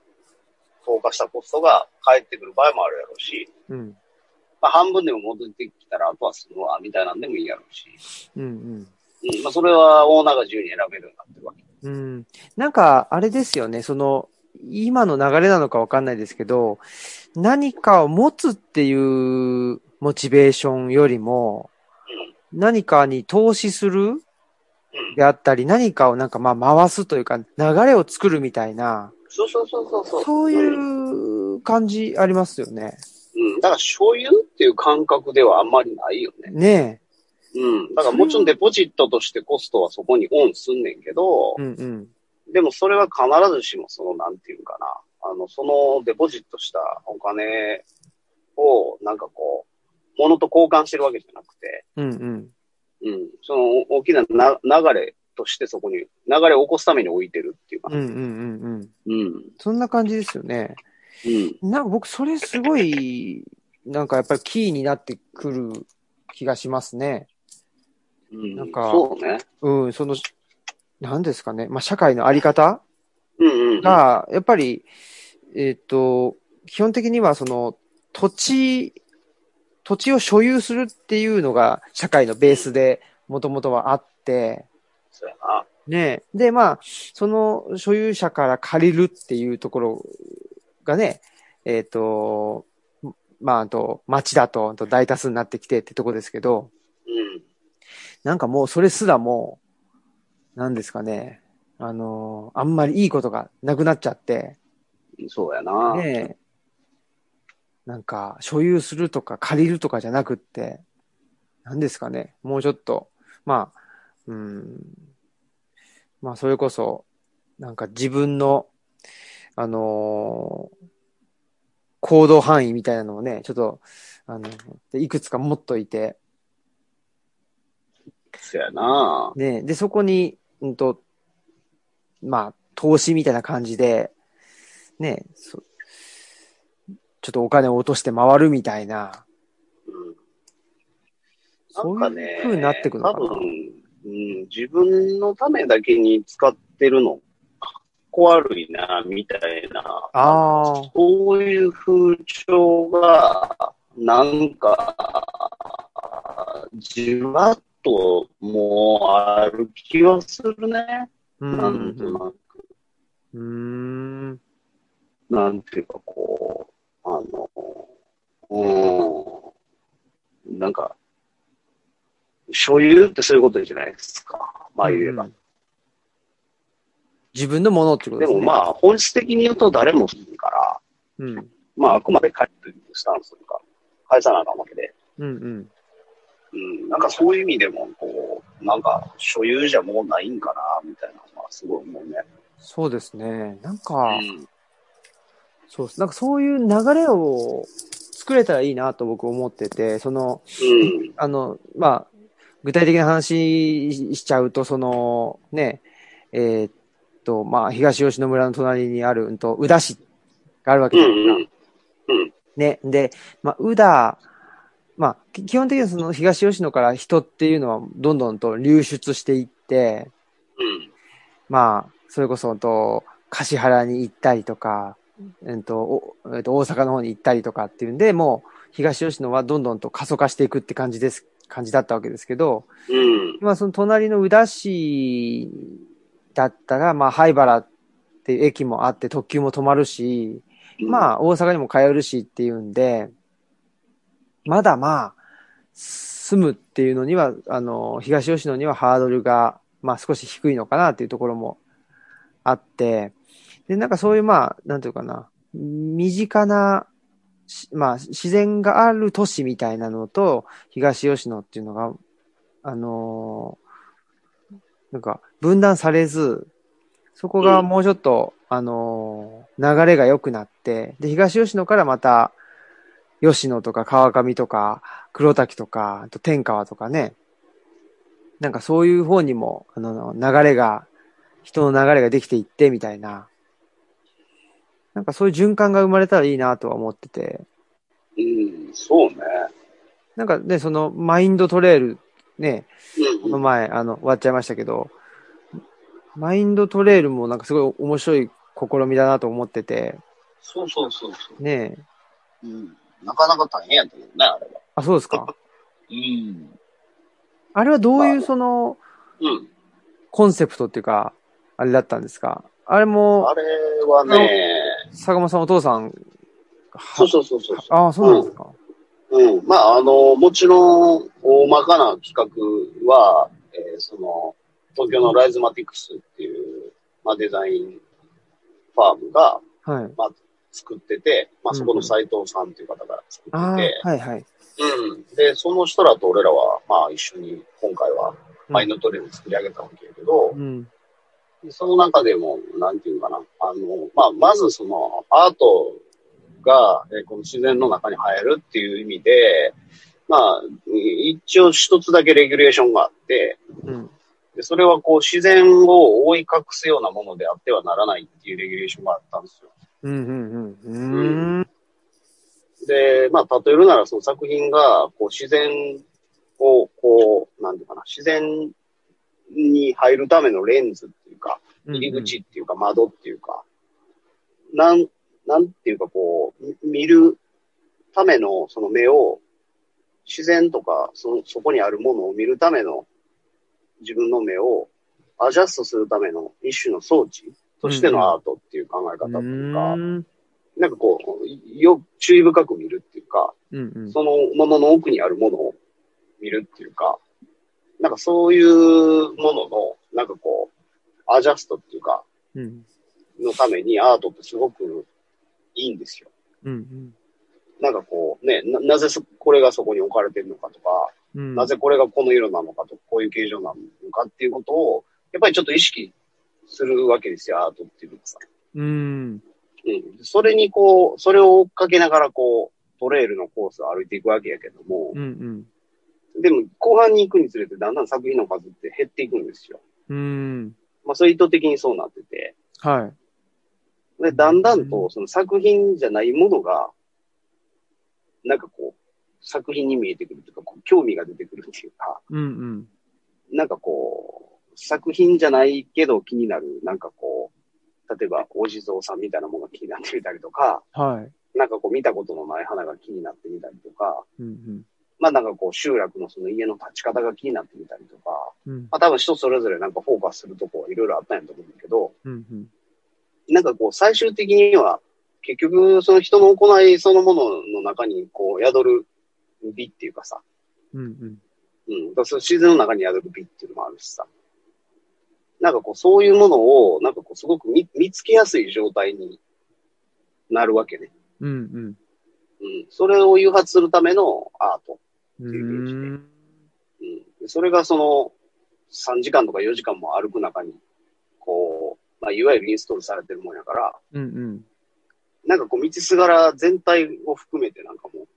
S2: 投下したコストが返ってくる場合もあるやろうし、
S1: うん。
S2: まあ、半分でも戻ってきたら、あとはするわ、みたいなんでもいいやろうし。
S1: うん。
S2: うん。まあ、それはオーナーが自由に選べるようになってるわけ。
S1: うん。なんか、あれですよね、その、今の流れなのかわかんないですけど、何かを持つっていうモチベーションよりも、何かに投資する
S2: うん。
S1: であったり、何かをなんかまあ回すというか、流れを作るみたいな、
S2: そうそうそうそうそう。
S1: そうい
S2: ん。
S1: う感じありますよね。
S2: うん。だから所有っていう感覚ではあんまりないよね。
S1: ね
S2: うん。だからもちろんデポジットとしてコストはそこにオンすんねんけど
S1: え。う、んうん。
S2: でもそれは必ずしもその、なんていうんかな、あの、そのデポジットしたお金を、なんかこう、物と交換してるわけじゃなくて、
S1: うんうん。
S2: うん、その大きなな流れとしてそこに、流れを起こすために置いてるっていうか、
S1: うんうんうんうん。
S2: うん、
S1: そんな感じですよね。
S2: うん、
S1: なんか僕、それすごい、なんかやっぱりキーになってくる気がしますね。
S2: うん、
S1: なんか
S2: そうね。
S1: うん、その、なんですかね。まあ、社会のあり方
S2: うんうん、うん。
S1: が、やっぱり、えっ、と、基本的にはその、土地、土地を所有するっていうのが社会のベースで、もともとはあって、
S2: そうやな。
S1: ねえ。で、まあ、その所有者から借りるっていうところがね、えっ、と、まあ、あと、町だとあと大多数になってきてってとこですけど、
S2: うん。
S1: なんかもうそれすらもう、なんですかね、あの、あんまりいいことがなくなっちゃって、
S2: そうやな。
S1: ねえ。なんか、所有するとか借りるとかじゃなくって、なんですかね。もうちょっと、まあ、うん。まあ、それこそ、なんか自分の、あのー行動範囲みたいなのをね、ちょっと、あの、でいくつか持っといて、
S2: そうやな。
S1: ね、で、そこに、うんと、まあ、投資みたいな感じで、ね、そちょっとお金を落として回るみたいな、
S2: うん
S1: そう
S2: ないん
S1: う
S2: か
S1: 風になってくのか
S2: 多
S1: な。
S2: 分、うん、自分のためだけに使ってるの、かっこ悪いな、みたいな。
S1: ああ、
S2: そういう風潮が、なんか、じわっともうある気はするね。
S1: う
S2: なんと
S1: ん。
S2: なく。
S1: うーん。
S2: なんていうかこう、あの、うん、なんか、所有ってそういうことじゃないですか。まあ言えば。
S1: うん自分のものってことで
S2: で
S1: すね。
S2: もまあ、本質的に言うと誰もするから、
S1: うん。
S2: まあ、あくまで返すというスタンスというか、返さなあかんわけで、
S1: うんうん。
S2: うん、なんかそういう意味でも、こう、なんか、所有じゃもうないんかな、みたいなのはすごい思うね。
S1: そうですね。なんか、
S2: うん
S1: そうです。なんかそういう流れを作れたらいいなと僕思ってて、その、
S2: うん。
S1: あの、まあ、具体的な話しちゃうと、その、ね、えーっと、まあ、東吉野村の隣にある、うんと、宇田市があるわけ
S2: う
S1: じゃないです
S2: ん
S1: か。
S2: うん。
S1: ね。で、まあ、宇田、まあ、き基本的にはその東吉野から人っていうのはどんどんと流出していって、
S2: うん。
S1: まあ、それこそ、うんと、橿原に行ったりとか、えっと、おえっと大阪の方に行ったりとかっていうんで、もう、東吉野はどんどんと過疎化していくって感じです、感じだったわけですけど、
S2: うん。
S1: 今その隣の宇田市だったら、まあ、灰原っていう駅もあって、特急も止まるし、
S2: あ、
S1: まあ、大阪にも通えるしっていうんで、まだまあ、住むっていうのには、あの、東吉野にはハードルが、まあ少し低いのかなっていうところもあって、で、なんかそういうまあ、なんていうかな、身近な、しまあ、自然がある都市みたいなのと、東吉野っていうのが、あのーなんか分断されず、そこがもうちょっと、あのー流れが良くなって、で、東吉野からまた、吉野とか川上とか、黒滝とか、あと天川とかね、なんかそういう方にも、あの、流れが、人の流れができていって、みたいな。なんかそういう循環が生まれたらいいなとは思ってて。
S2: うん、そうね。
S1: なんかね、そのマインドトレイル、ね、こ
S2: う
S1: の
S2: ん。
S1: 前、あの、終わっちゃいましたけど、マインドトレイルもなんかすごい面白い試みだなと思ってて、
S2: そうそうそうそう。
S1: ねえ
S2: うん。なかなか大変やったけどね、あれは。
S1: あ、そうですか。
S2: うん。
S1: あれはどう
S2: ま
S1: い
S2: あ
S1: うその、
S2: うん。
S1: コンセプトっていうか、あれだったんですかあれも、
S2: あれはね、
S1: 坂本さんお父さん、
S2: そうそうそうそう。
S1: ああ、そうなんですか。
S2: うん。まあ、あの、もちろん、大まかな企画は、えーその、東京のライズマティクスっていう、まあ、デザインファームが
S1: はい。
S2: 作ってて、まあ、
S1: うん
S2: そこの斎藤さんっていう方が作
S1: ああ
S2: ってて、、
S1: はいはい。
S2: うん。で、その人らと俺らは、まあ、一緒に今回は、マインドトレーニング作り上げたわけやけど、
S1: うん。
S2: その中でも、なんていうかな、あの、まあ、まずその、アートが、えーこの自然の中に入るっていう意味で、まあ、い一応一つだけレギュレーションがあって、
S1: うん。
S2: でそれはこう、自然を覆い隠すようなものであってはならないっていうレギュレーションがあったんですよ。
S1: うんうんうん。うーん。
S2: で、まあ、例えるなら、その作品が、こう、自然を、こう、なんていうかな、自然に入るためのレンズっていうか、入り口っていうか窓っていうか、なん、なんていうかこう、み見るためのその目を、自然とかその、そこにあるものを見るための自分の目をアジャストするための一種の装置としてのアートっていう考え方
S1: う。
S2: というんか、
S1: うん
S2: なんかこう、よ、注意深く見るっていうか、
S1: うん。
S2: そのものの奥にあるものを見るっていうか、なんかそういうものの、なんかこう、アジャストっていうか、
S1: うん。
S2: のためにアートってすごくいいんですよ。
S1: うん。
S2: なんかこうね、ななぜそこれがそこに置かれてるのかとか、
S1: うん。
S2: なぜこれがこの色なのかとか、こういう形状なのかっていうことを、やっぱりちょっと意識するわけですよ、アートっていうのはさ。
S1: うん。
S2: うん。それにこう、それを追っかけながらこう、トレイルのコースを歩いていくわけやけども
S1: う、ん。
S2: でも後半に行くにつれてだんだん作品の数って減っていくんですよ。
S1: うん。
S2: まあそれ意図的にそうなってて、
S1: はい。
S2: で、だんだん
S1: う
S2: と、その作品じゃないものが、なんかこう、作品に見えてくるというか、こう興味が出てくるっていうか、
S1: うん
S2: なんかこう、作品じゃないけど気になる、なんかこう、例えばお地蔵さんみたいなものが気になってみたりとか、
S1: うん。はい。
S2: なんかこう見たことのない花が気になってみたりとか、
S1: うん
S2: まあなんかこう集落のその家の立ち方が気になってみたりとか、
S1: うん。うん
S2: まあ多分人それぞれなんかフォーカスするとこはいろいろあったんやと思うんだけど、
S1: うんうん。
S2: なんかこう、最終的には、結局、その人の行いそのものの中に、こう、宿る美っていうかさ、
S1: うんうん。
S2: うん、だからその自然の中に宿る美っていうのもあるしさ、なんかこう、そういうものを、なんかこう、すごく見見つけやすい状態になるわけね。
S1: うん
S2: うん、それを誘発するためのアート。
S1: うん。うん。
S2: うん、それがその、3時間とか4時間も歩く中に、こう、まあ、いわゆるインストールされてるもんやから、
S1: うんうん。
S2: なんかこう、道すがら全体を含めてなんかもう、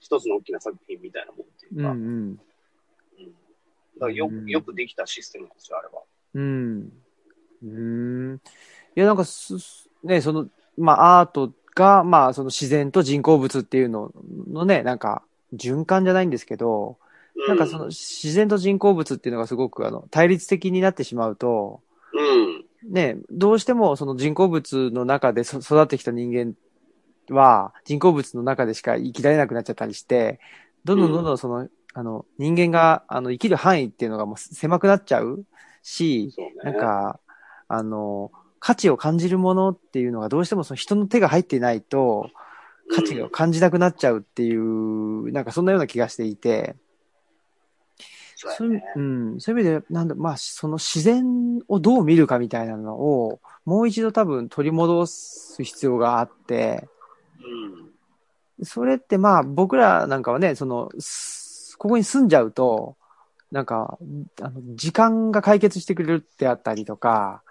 S2: 一つの大きな作品みたいなもんっていう
S1: う
S2: か、
S1: んうん。
S2: うんだからよ
S1: うん
S2: く、よくできたシステムなんですよ、あれは。
S1: うん。うーん。いや、なんかす、すね、その、まあ、アートが、まあ、その自然と人工物っていうののね、なんか、循環じゃないんですけど、
S2: う
S1: なんかその、自然と人工物っていうのがすごく、あの、対立的になってしまうと、
S2: うん。
S1: ね、どうしてもその人工物の中でそ育ってきた人間は、人工物の中でしか生きられなくなっちゃったりして、どんどんどんどんその、あの、人間が、あの、生きる範囲っていうのがもう狭くなっちゃうし、
S2: そう
S1: な
S2: ね。
S1: んか、あの、価値を感じるものっていうのがどうしてもその人の手が入っていないと価値
S2: う
S1: を
S2: ん
S1: 感じなくなっちゃうっていう、なんかそんなような気がしていて、
S2: そ
S1: そうう
S2: や
S1: いう
S2: ね。
S1: うん、そういう意味で、なんだ、まあ、その自然をどう見るかみたいなのを、もう一度多分取り戻す必要があって、
S2: うん。
S1: それってまあ僕らなんかはね、その、すここに住んじゃうと、なんか、あの時間が解決してくれるってあったりとか、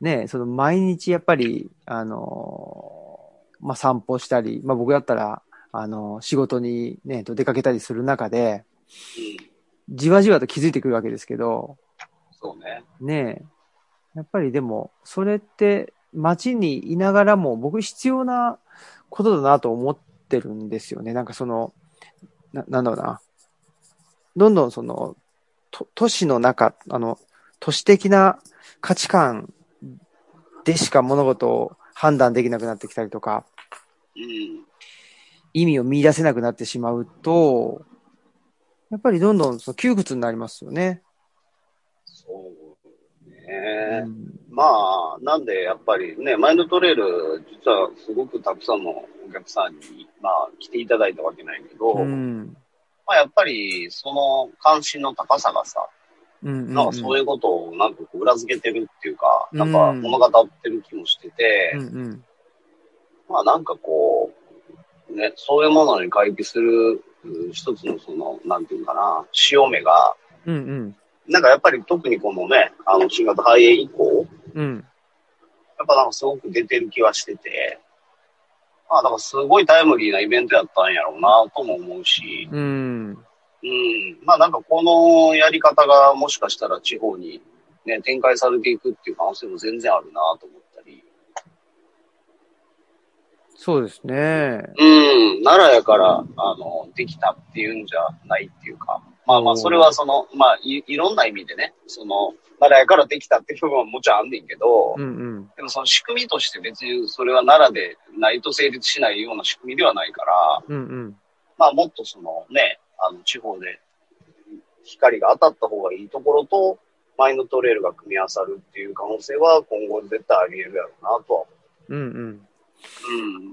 S1: ね、その毎日やっぱり、あのーまあ、散歩したり、まあ、僕だったら、あのー仕事にね、えっと出かけたりする中で、
S2: うん。うん。
S1: じわじわと気づいてくるわけですけど、
S2: そうね。
S1: ねえ、やっぱりでも、それって街にいながらも僕必要なことだなと思ってるんですよね。なんかその、な、なんだろうな。どんどんその、と都市の中、あの、都市的な価値観でしか物事を判断できなくなってきたりとか、
S2: うん。
S1: 意味を見出せなくなってしまうと、やっぱりどんどんその窮屈になりますよね。
S2: そう
S1: う
S2: ね。
S1: ん
S2: まあ、なんでやっぱりね、マインドトレイル、実はすごくたくさんのお客さんに、まあ、来ていただいたわけないけど、
S1: うん。
S2: まあ、やっぱりその関心の高さがさ、
S1: うんうんうん。
S2: なんかそういうことをなんかこう裏付けてるっていうか、
S1: うん
S2: なんか物語ってる気もしてて、
S1: うんうん。
S2: まあなんかこう、ね、そういうものに回帰するうん一つのその、なんていうのかな、潮目が、
S1: うんうん。
S2: なんかやっぱり特にこのね、あの新型肺炎以降、
S1: うん。
S2: やっぱなんかすごく出てる気はしてて、まあだからすごいタイムリーなイベントやったんやろうなとも思うし、
S1: うん。
S2: うん、まあなんかこのやり方がもしかしたら地方にね、展開されていくっていう可能性も全然あるなと思ったり、
S1: そうですね。
S2: うん、奈良やから、あの、できたっていうんじゃないっていうか、まあまあ、それはその、まあい、いろんな意味でね、その、奈良やからできたっていう部分はもちろんあんねんけど、
S1: うんうん。
S2: でもその仕組みとして別にそれは奈良でないと成立しないような仕組みではないから、
S1: うんうん。
S2: まあもっとそのね、あの地方で光が当たった方がいいところと、マインドトレールが組み合わさるっていう可能性は今後絶対あり得るやろうなとは思
S1: うんうん。
S2: う。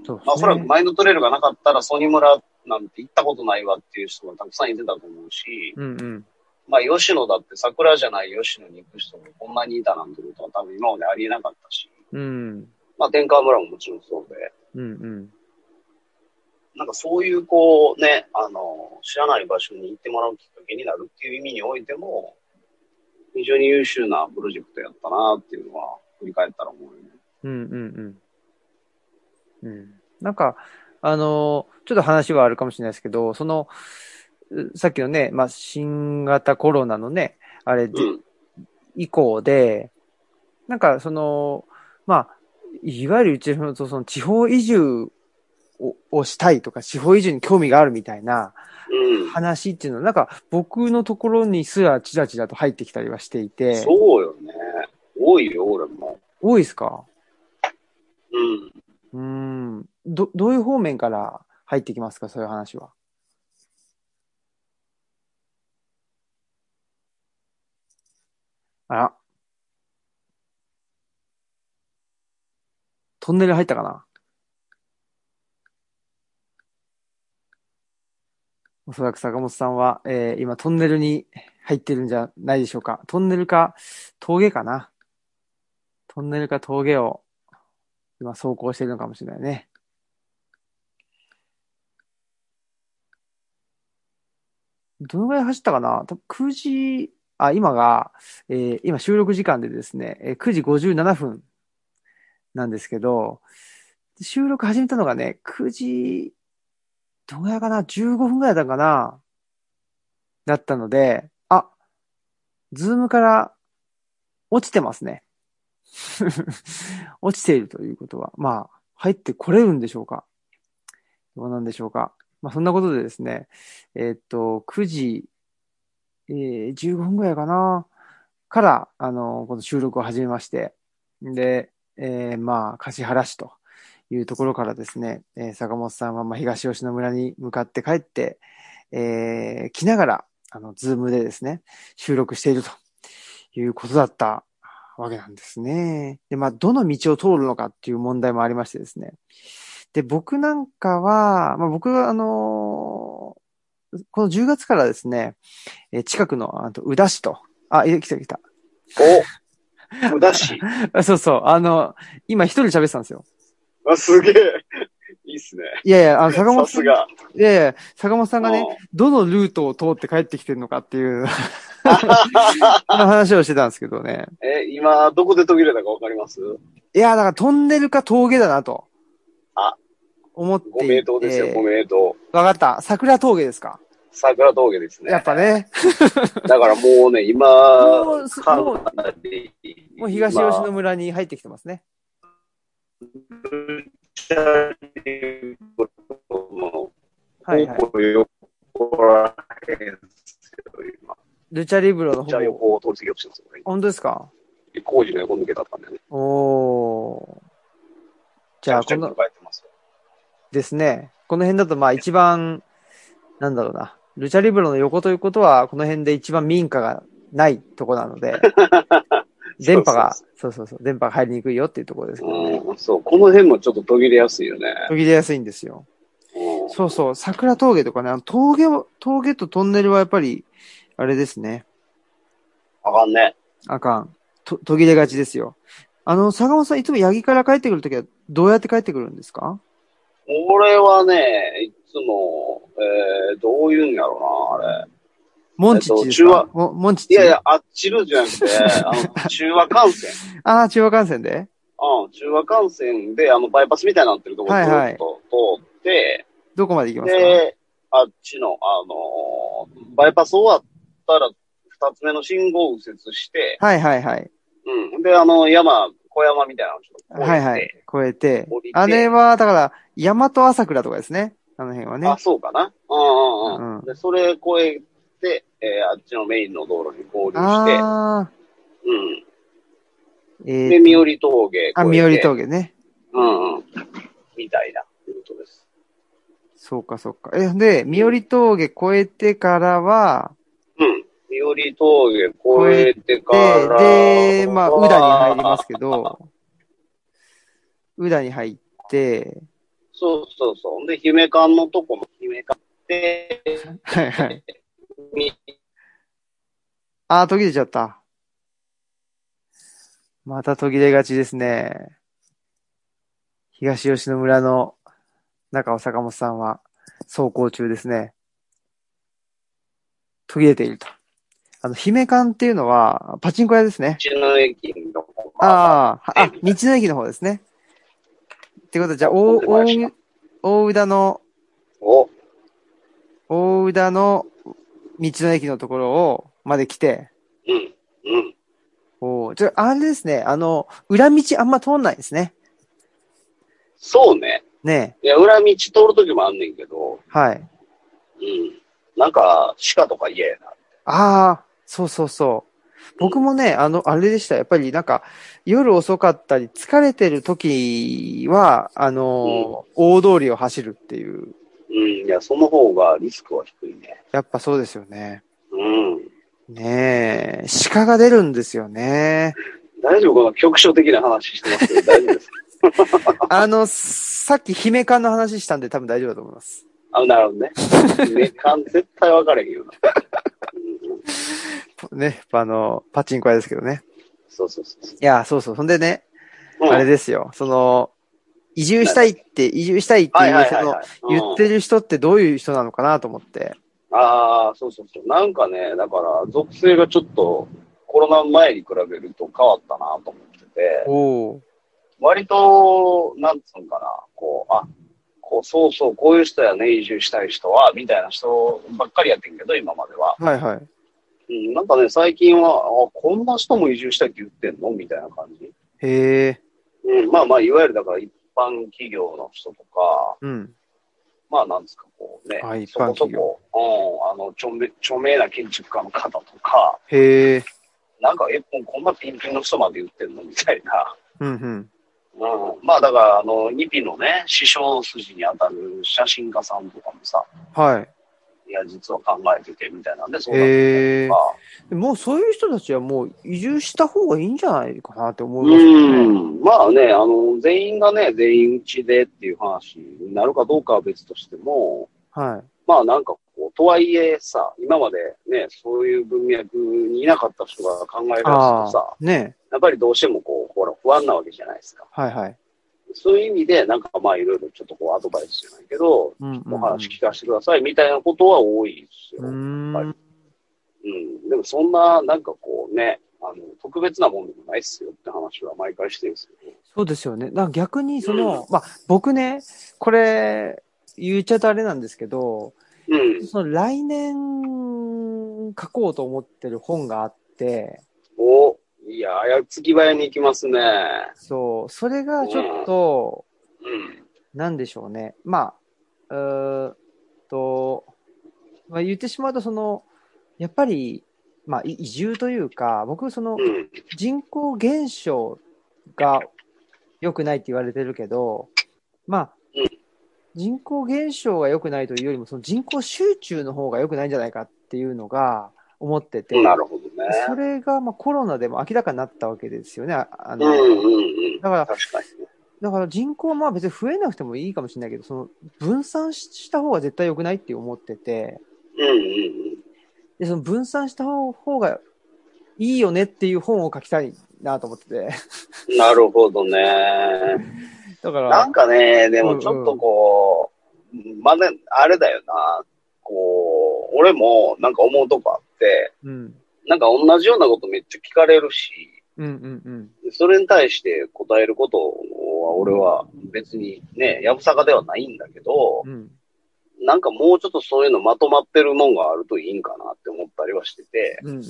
S1: そうですね
S2: まあおそらくマインドトレールがなかったらソニ村なんて行ったことないわっていう人がたくさんいてたと思うし、
S1: うんうん。
S2: まあ吉野だって桜じゃない吉野に行く人もこんなにいたなんてことは多分今までありえなかったし、
S1: うん。
S2: まあ天川村ももちろんそうで、
S1: うんうん。
S2: なんかそういうこうね、あの、知らない場所に行ってもらうきっかけになるっていう意味においても、非常に優秀なプロジェクトやったなっていうのは、振り返ったら思うよね。
S1: うんうんうん。うん。なんか、あのーちょっと話はあるかもしれないですけど、その、うさっきのね、まあ、新型コロナのね、あれで
S2: うん。
S1: 以降で、なんかその、まあ、いわゆるうちのその地方移住ををしたいとか、地方移住に興味があるみたいな
S2: うん。
S1: 話っていうのは、なんか僕のところにすらちらちらと入ってきたりはしていて、
S2: そうよね。多いよ、俺も。
S1: 多いですかう
S2: うん。
S1: ーん。ど、どういう方面から入ってきますかそういう話は。あら。トンネル入ったかなおそらく坂本さんは、えー今トンネルに入ってるんじゃないでしょうか。トンネルか峠かな。トンネルか峠を今走行してるのかもしれないね。どのぐらい走ったかな多分9時、あ、今が、えー今収録時間でですね、えー9時57分なんですけど、収録始めたのがね、9時、どのぐらいかな ?15 分ぐらいだったかなだったので、あ、ズームから落ちてますね。 落ちているということは、まあ、入ってこれるんでしょうかどうなんでしょうかまあ、そんなことでですね、えーっと、9時、えー15分ぐらいかなから、あの、この収録を始めまして、で、えーまあ、橿原市というところからですね、えー坂本さんは、まあ、東吉野村に向かって帰って、えー来ながら、あの、ズームでですね、収録しているということだったわけなんですね。で、まあ、どの道を通るのかっていう問題もありましてですね。で、僕なんかは、まあ、僕は、あのーこの10月からですね、えー近くの、あと、宇田市と、あ、いや来た来 た。
S2: お無駄し。
S1: あそうそう、あの、今一人喋ってたんですよ。
S2: あ、すげえ。いいっすね。
S1: いやいや、あの、坂
S2: さ
S1: 本さ
S2: す
S1: ん、い
S2: が。
S1: やいや、坂本さんがね、
S2: ね。
S1: どのルートを通って帰ってきてるのかっていう、 そんな話をしてたんですけどね。
S2: え、今、どこで途切れたかわかります
S1: いや、だからトンネルか峠だなと。
S2: あ
S1: 思っていて。
S2: ご名答ですよ、ご名答。
S1: わかった。桜峠ですか。
S2: 桜峠ですね。
S1: やっぱね。
S2: だからもうね、今、
S1: もうす
S2: か
S1: もう
S2: なり
S1: もう東吉野村に入ってきてますね。
S2: チャリの
S1: はいはい。
S2: 方向横らへんですよ、今。
S1: ルチャリブロの
S2: じゃあ
S1: 方。
S2: 横を通り過ぎようとしてますよ、こ
S1: 本当ですか
S2: れ。工事の横抜けだったんでね。
S1: おー。じゃあ、こ
S2: の。
S1: の
S2: 向かえてますよ
S1: ですね。この辺だと、まあ一番、なんだろうな。ルチャ リブロの横ということは、この辺で一番民家がないとこなので、電波が、そうそうそう、電波が入りにくいよっていうところですけどね。
S2: うん、そう、この辺もちょっと途切れやすいよね。
S1: 途切れやすいんですよ。
S2: うん
S1: そうそう、桜峠とかね、あの峠を、峠とトンネルはやっぱり、あれですね、
S2: あかんね。
S1: あかん。と途切れがちですよ。あの、坂本さん、いつも八木から帰ってくるときは、どうやって帰ってくるんですか
S2: 俺はね、いつも、えー、どういうんやろうな、あれ。
S1: モンチッチです
S2: えっと中和
S1: かもモンチッチ。
S2: いやいや、あっちのじゃなくて、あの、中和幹線。
S1: ああ、中和幹線で
S2: うん、中和幹線で、あの、バイパスみたいになってるところ
S1: はいはい
S2: を通って、
S1: どこまで行きますか
S2: で、あっちの、あのーバイパス終わったら、二つ目の信号右折して、
S1: はいはいはい。
S2: うん。で、あの、山、小山みたいなのをちょっと越えて、
S1: はいはい。越えて
S2: 降り。て
S1: あれは、だから、大和朝倉とかですね。あの辺はね
S2: あ、。そうかな。うんうんうん。
S1: うん
S2: で、それ越えて、えーあっちのメインの道路に合流して、
S1: ああ、
S2: うん。
S1: え
S2: で、
S1: ー、
S2: 三織峠越えて。
S1: あ、三織。峠ね。
S2: うんうん。みたいなルートです。
S1: そうかそうか。え、で、三織峠越えてからは、
S2: うん。三織峠越えてから
S1: で、で、まあ、宇田に入りますけど、宇田に入って、
S2: そうそうそう。で、姫館のとこも姫館で、
S1: はいはい。
S2: み
S1: あー、途切れちゃった。また途切れがちですね。東吉野村の中尾坂本さんは走行中ですね。途切れていると。あの、姫館っていうのは、パチンコ屋ですね。
S2: 道の駅のとこ
S1: ああ、
S2: ええ
S1: あ、道の駅の方ですね。ってことは、じゃあ、大、
S2: わかりま
S1: 大、大宇田の、
S2: を、
S1: 大宇田の道の駅のところを、まで来て、
S2: うん、うん。
S1: おお、じゃあ、あれですね、あの、裏道あんま通んないですね。
S2: そうね。
S1: ね
S2: いや、裏道通るときもあんねんけど、
S1: え、はい。
S2: うん。なんか、鹿とか嫌やな。
S1: ああ、そうそうそう。僕もね、あの、あれでした。やっぱりなんか、夜遅かったり、疲れてる時は、あのー大通りを走るっていう。
S2: うん、いや、その方がリスクは低いね。
S1: やっぱそうですよね。
S2: うん。
S1: ねえ、鹿が出るんですよね。
S2: 大丈夫この局所的な話してま すけど、大丈夫ですか
S1: あの、さっき姫館の話したんで多分大丈夫だと思います。
S2: あ、なるほどね。メカン絶対分かれへんよな。うん、
S1: ね、あの、パチンコ屋ですけどね。
S2: そうそうそうそ
S1: いや、そうそう。そんでね、
S2: う。うん
S1: あれですよ。その、移住したいって、移住したいって
S2: はい
S1: い
S2: は
S1: う、
S2: いは
S1: そ
S2: い、
S1: の
S2: は、い。
S1: 言って
S2: うん
S1: る人ってどういう人なのかなと思って。
S2: ああ、そうそうそう。なんかね、だから、属性がちょっと、コロナ前に比べると変わったなと思ってて、
S1: おお。
S2: 割と、なんつうんかな、こう、あ、こう、そうそう、こういう人やね、移住したい人は、みたいな人ばっかりやってんけど、今までは。
S1: はいはい。
S2: うん、なんかね、最近は、あ、こんな人も移住したいって言ってんのみたいな感じ。
S1: へえ。
S2: うん、まあまあ、いわゆるだから一般企業の人とか、
S1: うん。
S2: まあなんですか、こうね
S1: あ、一
S2: そ
S1: 般
S2: こそ
S1: 企業
S2: こ、うん、あの、著名、著名な建築家の方とか、
S1: へえ。
S2: なんか、え、もうこんなピンピンの人まで言ってんのみたいな。
S1: うんうん。
S2: うん、まあだから、あの、ニピのね、師匠筋に当たる写真家さんとかもさ、
S1: はい
S2: や、実は考えてて、みたいなんで、そ
S1: い。
S2: うなって
S1: へえ。
S2: まあ
S1: もうそういう人たちはもう移住した方がいいんじゃないかなって思
S2: う
S1: いますよね。
S2: ん、まあね、あの、全員がね、全員うちでっていう話になるかどうかは別としても、
S1: はい。
S2: まあなんかこう、とはいえさ、今までね、そういう文脈にいなかった人が考え出す
S1: あ
S2: と
S1: あ
S2: さ、。
S1: ねえ。
S2: やっぱりどうしてもこう、ほら、不安なわけじゃないですか。
S1: はいはい。
S2: そういう意味で、なんかまあいろいろちょっとこう、アドバイスじゃないけど、
S1: うんうん、う
S2: お
S1: ん。
S2: 話聞かせてくださいみたいなことは多いですよ。
S1: う
S2: うん。
S1: ーん。
S2: でもそんな、なんかこうね、あの、特別なもんでもないっすよって話は毎回してるんですよね。
S1: そうですよね。だから逆にその、まあ僕ね、これ言っちゃうとあれなんですけど、
S2: うん。
S1: その来年書こうと思ってる本があって、
S2: お、いや、あやつき早に行きますね。
S1: そう、それがちょっと、
S2: うん。
S1: なんでしょうね。まあ、うーんと、まあ、言ってしまうと、その、やっぱり、まあ、い移住というか、僕、その、
S2: うん。
S1: 人口減少が良くないって言われてるけど、まあ
S2: うん、
S1: 人口減少が良くないというよりも、その人口集中の方が良くないんじゃないかっていうのが思ってて、
S2: なるほどね。ね。
S1: それが、まあ、コロナでも明らかになったわけですよね。ああ
S2: う
S1: の、
S2: んうんうん。
S1: だから、
S2: 確かにね。
S1: だから人口はまあ別に増えなくてもいいかもしれないけど、その分散しした方が絶対良くないって思ってて、
S2: うんうん
S1: で、その分散した方方がいいよねっていう本を書きたいなと思って て。
S2: うん。なるほどね。
S1: だか
S2: な
S1: ら
S2: ん、かね、でもちょっとこう、まだ、あれだよな。こう、俺もなんか思うとこあって、
S1: うん、
S2: なんか同じようなことめっちゃ聞かれるし、
S1: うん、うん、うん。
S2: それに対して答えることは、俺は別にね、やぶさかではないんだけど、
S1: うん、
S2: なんかもうちょっとそういうのまとまってるもんがあるといいんかなって思ったりはしてて、
S1: うん、うん、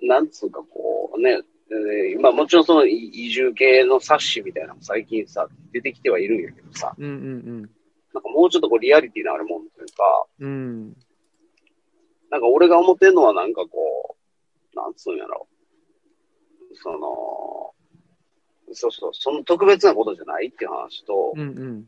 S1: うん。
S2: なんつうかこうね、えーまあもちろんその移移住系の冊子みたいなのも最近さ、出てきてはいるんやけどさ、
S1: うん、うん、
S2: なんかもうちょっとこうリアリティのあるもんというか、
S1: うん。うん、
S2: なんか俺が思ってるのはなんかこう、なんつうんやろ。その、そうそう、その特別なことじゃないっていう話と、
S1: うん、うん。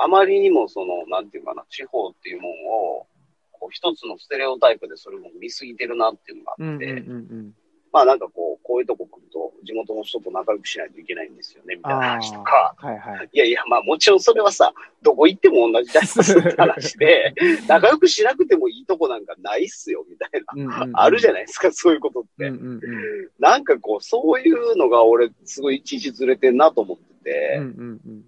S2: あまりにもその、なんていうかな、地方っていうもんを、こう一つのステレオタイプでそれも見すぎてるなっていうのが
S1: う
S2: あっ
S1: ん、
S2: て、
S1: うん、うん。
S2: まあなんかこう、こういうとこ来ると、地元の人と仲良くしないといけないんですよね、みたいな
S1: あ
S2: 話とか。
S1: あ、はい、はい。
S2: いやいや、まあもちろんそれはさ、どこ行っても同じだよって話 で、仲良くしなくてもいいとこなんかないっすよ、みたいな。
S1: うんうんうん
S2: あるじゃないですか、そういうことって。
S1: うん、うん、うん。
S2: なんかこう、そういうのが俺、すごいいちいちずれてんなと思ってて、
S1: うん、うん、うん。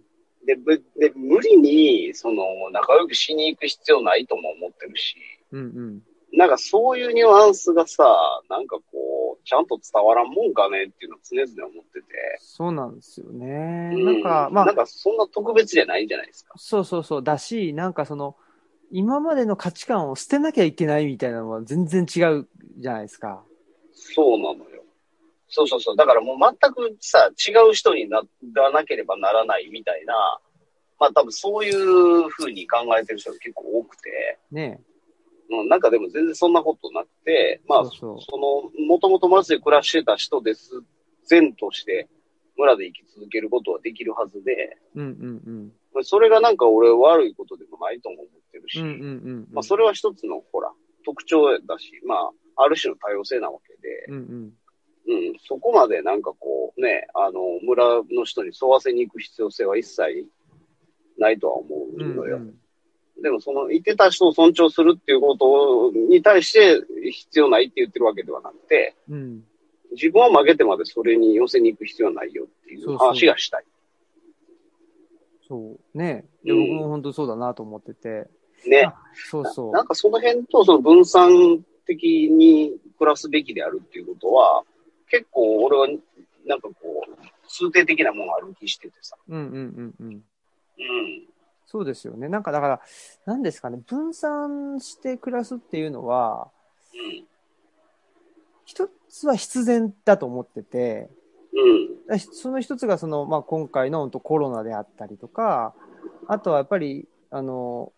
S2: で、ぶで無理に、その、仲良くしに行く必要ないとも思ってるし、
S1: うん、うん。
S2: なんかそういうニュアンスがさ、なんかこう、ちゃんと伝わらんもんかねっていうのを常々思ってて。
S1: そうなんですよね。
S2: う
S1: なんか、まあ
S2: なん、かそんな特別じゃないじゃないですか。
S1: そうそうそう。だし、なんかその、今までの価値観を捨てなきゃいけないみたいなのは全然違うじゃないですか。
S2: そうなのよ。そうそうそう。だからもう全くさ、違う人にならなければならないみたいな、まあ多分そういう風に考えてる人が結構多くて。
S1: ね
S2: うん、なんかでも全然そんなことなくて、まあ、
S1: そう
S2: そ
S1: そう
S2: の、もともと村で暮らしてた人です、善として村で生き続けることはできるはずで、
S1: うんうんうん。
S2: まあそれがなんか俺悪いことでもないとも思ってるし、
S1: うんうんうん。
S2: まあそれは一つの、ほら、特徴だし、まあ、ある種の多様性なわけで、
S1: うんうん。
S2: うん、そこまでなんかこう、ね、あの、村の人に沿わせに行く必要性は一切ないとは思う
S1: うん
S2: の
S1: う
S2: よ。
S1: ん。
S2: でもその言ってた人を尊重するっていうことに対して必要ないって言ってるわけではなくて、
S1: うん。
S2: 自分は負けてまでそれに寄せに行く必要はないよっていう話がしたい。
S1: そう。ねで、
S2: うん
S1: 僕も本当そうだなと思ってて。
S2: ね。
S1: そうそう
S2: な。んかその辺とその分散的に暮らすべきであるっていうことは、結構俺はなんかこう、通定的なものがある気しててさ。
S1: うんうんうんうん。
S2: うん。
S1: そうですよね。なんかだから、なんですかね、分散して暮らすっていうのは、一つは必然だと思ってて、
S2: うん。
S1: だしその一つがその、まあ、今回の本当コロナであったりとか、あとはやっぱり、あの、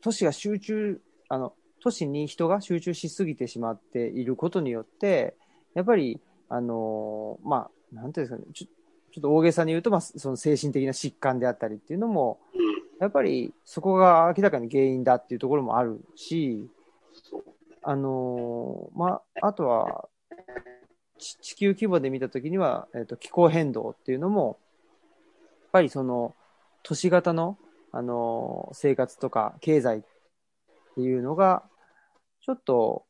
S1: 都市が集中、あの、都市に人が集中しすぎてしまっていることによって、やっぱり、あの、まあ、なんていうんですかね、ちょちょっと大げさに言うと、まあ、その精神的な疾患であったりっていうのも、
S2: うん。
S1: やっぱりそこが明らかに原因だっていうところもあるし、
S2: そう。
S1: あのーまあ、あとは、ち地球規模で見たときには、えっ、と、気候変動っていうのも、やっぱりその、都市型の、あのー生活とか経済っていうのが、ちょっと、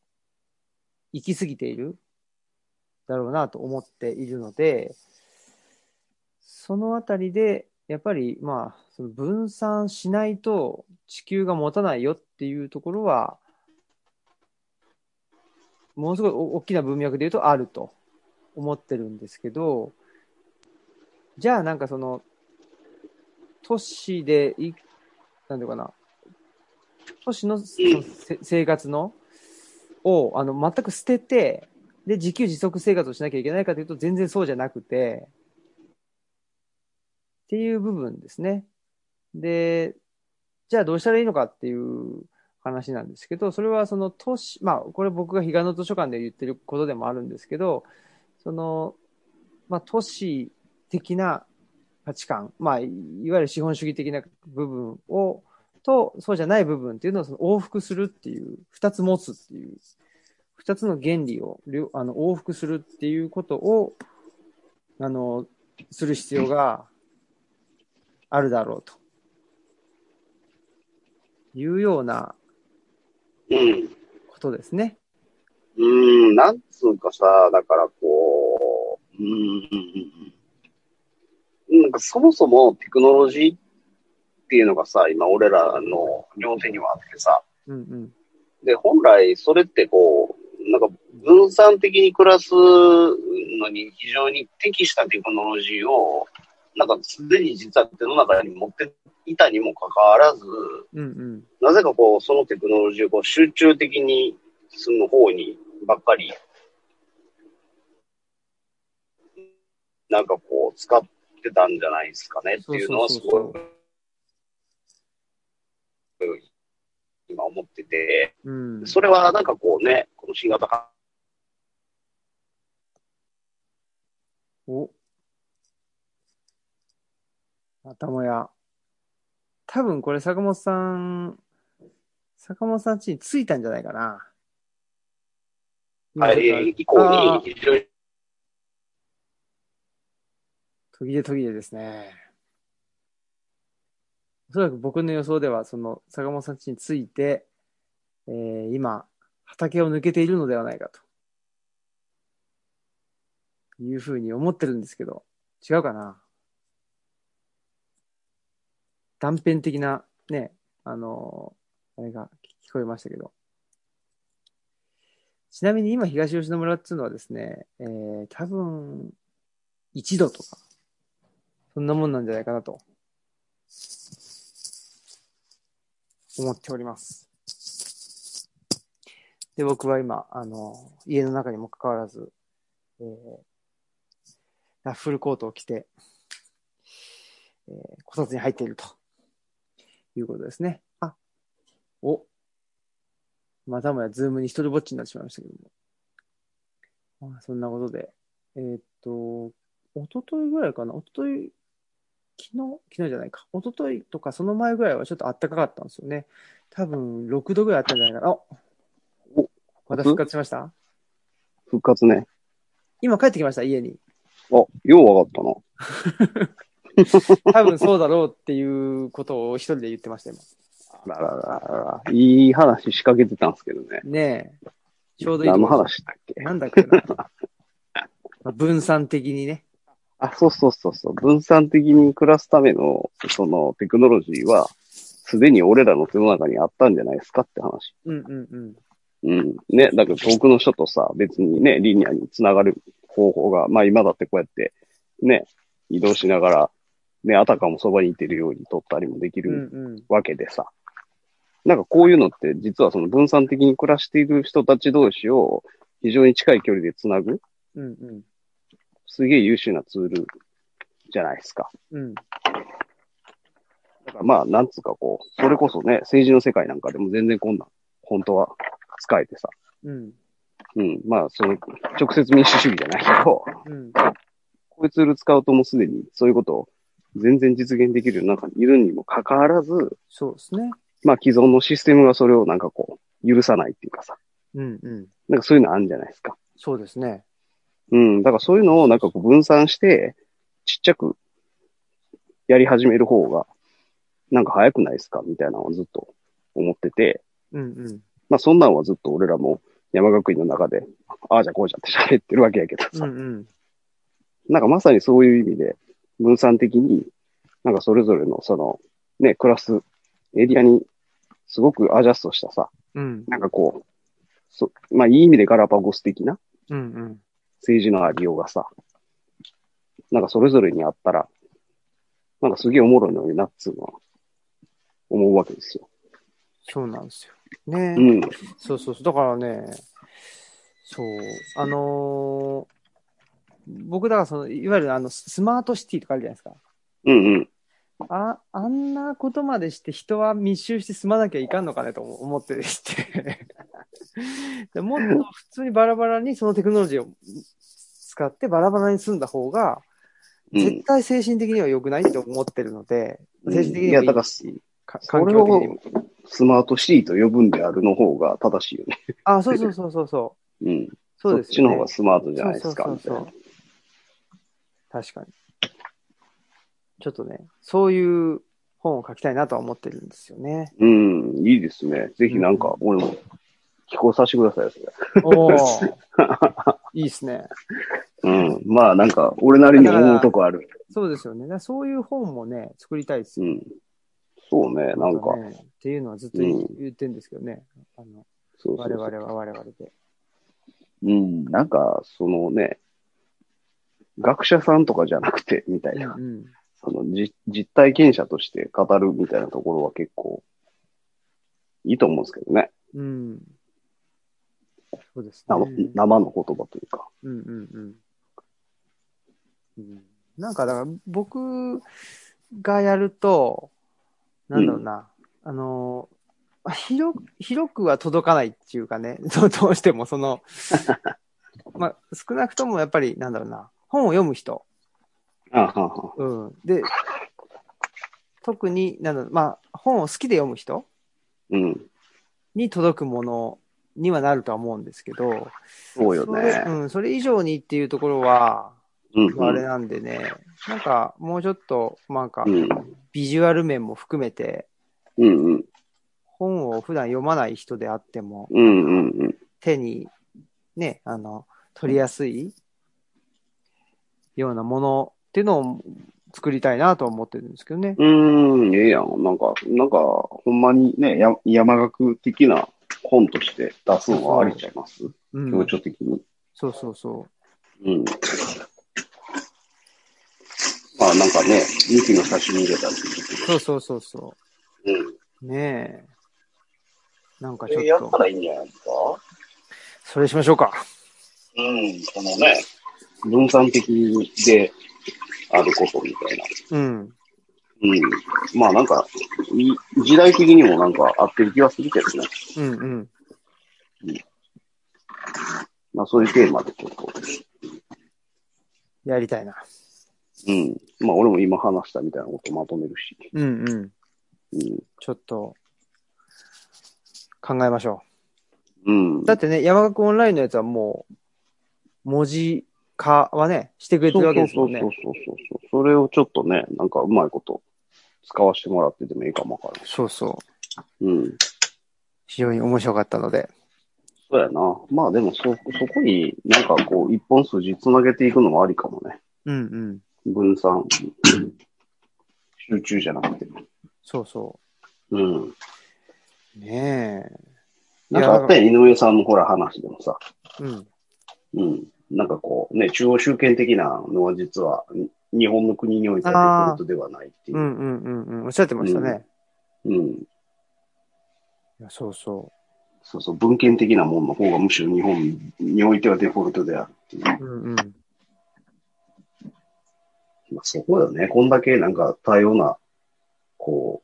S1: 行き過ぎているだろうなと思っているので、そのあたりで、やっぱり、まあ、その分散しないと地球が持たないよっていうところは、ものすごいお大きな文脈で言うとあると思ってるんですけど、じゃあなんかその、都市でい、なんていうかな、都市のそのせ生活の、を、あの、全く捨てて、で、自給自足生活をしなきゃいけないかというと、全然そうじゃなくて、っていう部分ですね。で、じゃあどうしたらいいのかっていう話なんですけど、それはその都市、まあ、これ僕が彼岸の図書館で言ってることでもあるんですけど、その、まあ、都市的な価値観、まあ、いわゆる資本主義的な部分を、と、そうじゃない部分っていうのをその往復するっていう、二つ持つっていう、二つの原理を両あの往復するっていうことを、あの、する必要があるだろうと。いうような
S2: うん。
S1: ことですね。
S2: うん、なんつうかさ、だからこう、うんうんうん、なんかそもそもテクノロジーっていうのがさ、今俺らの両手にはあってさ、
S1: うんうん。
S2: で、本来それってこう、なんか分散的に暮らすのに非常に適したテクノロジーを、なんかすでに実は手の中に持っていたにもかかわらず、
S1: うんうん。
S2: なぜかこう、そのテクノロジーをこう集中的に進む方にばっかり、なんかこう、使ってたんじゃないですかねっていうのはすごい今思ってて、
S1: う。うん。
S2: それはなんかこうね、この新型感
S1: お。またもや。多分これ坂本さん、坂本さん家に着いたんじゃないかな。
S2: 染以降に非常に
S1: 途切れ途切れですね。おそらく僕の予想では、その坂本さん家に着いて、えー今、畑を抜けているのではないかと。いうふうに思ってるんですけど、違うかな断片的な、ね、あのーあれが聞こえましたけど。ちなみに今、東吉野村っていうのはですね、えー多分、1度とか、そんなもんなんじゃないかなと、思っております。で、僕は今、あの、家の中にもかかわらず、えーラッフルコートを着て、えーこたつに入っていると、いうことですね。あ、お、またもやズームに一人ぼっちになってしまいましたけども。まあ、そんなことで、えーっと、一昨日ぐらいかな、一昨日昨日、昨日じゃないか、一昨日とかその前ぐらいはちょっと暖かかったんですよね。多分6度ぐらいあったんじゃないかな。お
S2: お
S1: また復活しました
S2: 復活ね。
S1: 今帰ってきました、家に。
S2: あ、ようわかったな。
S1: 多分そうだろうっていうことを一人で言ってました、今。
S2: あららららら。いい話仕掛けてたんですけどね。
S1: ねえ。ちょうどいいと
S2: 何
S1: こ
S2: の話したっけ
S1: なんだっけな。まあ分散的にね。
S2: あ、そうそうそうそう。分散的に暮らすための、そのテクノロジーは、すでに俺らの世の中にあったんじゃないですかって話。
S1: うんうんうん。
S2: うん。ね。だから遠くの人とさ、別にね、リニアにつながる方法が、まあ今だってこうやって、ね、移動しながら、ね、あたかもそばにいてるように撮ったりもでき
S1: う
S2: る
S1: んうん。
S2: わけでさ。なんかこういうのって、実はその分散的に暮らしている人たち同士を非常に近い距離でつなぐ、
S1: うんうん。
S2: すげえ優秀なツールじゃないですか。
S1: うん。
S2: だからまあ、なんつうかこう、それこそね、政治の世界なんかでも全然こんなん、本当は使えてさ。
S1: うん。
S2: うん。まあ、その、直接民主主義じゃないけど、
S1: うん。
S2: こういうツール使うともうすでにそういうことを全然実現できる中にいるにもかかわらず、
S1: そうですね。
S2: まあ既存のシステムがそれをなんかこう、許さないっていうかさ、
S1: うんうん。
S2: なんかそういうのあるんじゃないですか。
S1: そうですね。
S2: うん。だからそういうのをなんかこう分散して、ちっちゃくやり始める方が、なんか早くないですかみたいなのをずっと思ってて、
S1: うんうん。
S2: まあそんなんはずっと俺らも山学院の中で、ああじゃこうじゃって喋ってるわけやけど
S1: う
S2: さ、
S1: んうん。
S2: なんかまさにそういう意味で分散的に、なんかそれぞれのその、ね、クラス、エリアにすごくアジャストしたさ、
S1: うん
S2: なんかこう、そまあいい意味でガラパゴス的な
S1: うんうん。
S2: 政治のありようがさ、なんかそれぞれにあったら、なんかすげえおもろいのになっつうのは、思うわけですよ。
S1: そうなんですよ。ね、
S2: うん。
S1: そうそうそう。だからね、そう。あのー僕、だからその、いわゆるあのススマートシティとかあるじゃないですか。
S2: うんうん。
S1: あ、あんなことまでして人は密集して住まなきゃいかんのかねと思思ってでして。 でもっと普通にバラバラにそのテクノロジーを使ってバラバラに住んだ方が、
S2: うん
S1: 絶対精神的には良くないって思ってるので、
S2: うん
S1: 精神的に
S2: いや
S1: も
S2: だか
S1: い
S2: ら
S1: いし、か
S2: そ
S1: 環
S2: れ
S1: 境的にも
S2: を。スマートシティと呼ぶんであるの方が正しいよね。
S1: あ、そうそうそうそうそう。
S2: うん。
S1: そうですよね。
S2: っちの方がスマートじゃないですか、
S1: そう
S2: み
S1: そ
S2: た
S1: う
S2: い
S1: そう
S2: な
S1: そう。確かに。ちょっとね、そういう本を書きたいなとは思ってるんですよね。
S2: うん、いいですね。ぜひなんか、俺も、寄稿させてください、それ。
S1: おお、いいですね。
S2: うん。まあ、なんか、俺なりに思うとこある。
S1: そうですよね。だからそういう本もね、作りたいです
S2: う
S1: よ、
S2: ん。そうね、なんか、
S1: ねっていうのはずっと言,、
S2: うん
S1: 言ってるんですけどね。あの
S2: そうそう
S1: 我
S2: そう
S1: 々は我々で。
S2: うん、なんか、そのね、学者さんとかじゃなくて、みたいな、
S1: うんうん
S2: そのじ実体験者として語るみたいなところは結構、いいと思うんですけどね。
S1: うん。そうです
S2: あ
S1: ね
S2: の。生の言葉というか。
S1: うんうんうんうん。なんか、だから僕がやると、なんだろうな、あの、広、広くは届かないっていうかね、どどうしてもそ の、まあ、少なくともやっぱり、なんだろうな、本を読む人、
S2: あはは
S1: うん。で、特に、なんだろう、まあ、本を好きで読む人
S2: うん。
S1: に届くものにはなるとは思うんですけど、
S2: そうよ
S1: それ
S2: ね。
S1: うん、それ以上にっていうところは、
S2: うん。
S1: あれなんでね、なんかもうちょっと、なんか
S2: う、ん。
S1: ビジュアル面も含めて、
S2: うん。うん。
S1: 本を普段読まない人であっても、
S2: うん。うん。うん。
S1: 手に、ね、あの、取りやすいようなものっていうのを作りたいなとは思ってるんですけどね。
S2: うーん、ええやん。なんか、なんか、ほんまにね、や山学的な本として出すのはありちゃいます。
S1: うん。
S2: 強調的に。
S1: そうそうそ
S2: うん。まあ、なんかね、ミキの刺身入れたりする
S1: う。そうそうそうそ
S2: けど。うん。
S1: う。ねえ。なんか
S2: こ
S1: ち
S2: れ
S1: ょ
S2: や
S1: っ
S2: った
S1: と、
S2: らいいんじゃないですか
S1: それしましょうか。
S2: うん、このね、分散的であることみたいな。
S1: うん。
S2: うん。まあ、なんか、い時代的にもなんか合ってる気はするけどね。
S1: うんうん。
S2: まあ、そういうテーマでちょっと。
S1: やりたいな。
S2: うん。まあ、俺も今話したみたいなことまとめるし。
S1: うんうん。ちょっと、考えましょう。
S2: うん。うん。
S1: だってね、山岳オンラインのやつはもう、文字化はね、してくれてるわけですもんね。
S2: そうそうそうそうそう。それをちょっとね、なんかうまいこと使わせてもらっててもいいかもわからん。
S1: そうそう。
S2: うん。
S1: 非常に面白かったので。
S2: そうやな。まあでもそ、そこになんかこう、一本筋つなげていくのもありかもね。
S1: うんうん。
S2: 分散。集中じゃなくて。
S1: そうそ
S2: うん。
S1: う。ねえ。
S2: なんかあった
S1: い
S2: やん、井上さんのほら話でもさ。
S1: やうん。
S2: うん。なんかこう、ね、中央集権的なのは実は、に日本の国においてはデフォルトではないっていうう。
S1: んうんうんうん。おっしゃってましたね。
S2: うん。
S1: いやそうそ
S2: そうそう、文献的なものの方がむしろ日本においてはデフォルトであるっていう。
S1: う。うんうん。
S2: まあ、そこだよね。こんだけなんか多様な、こ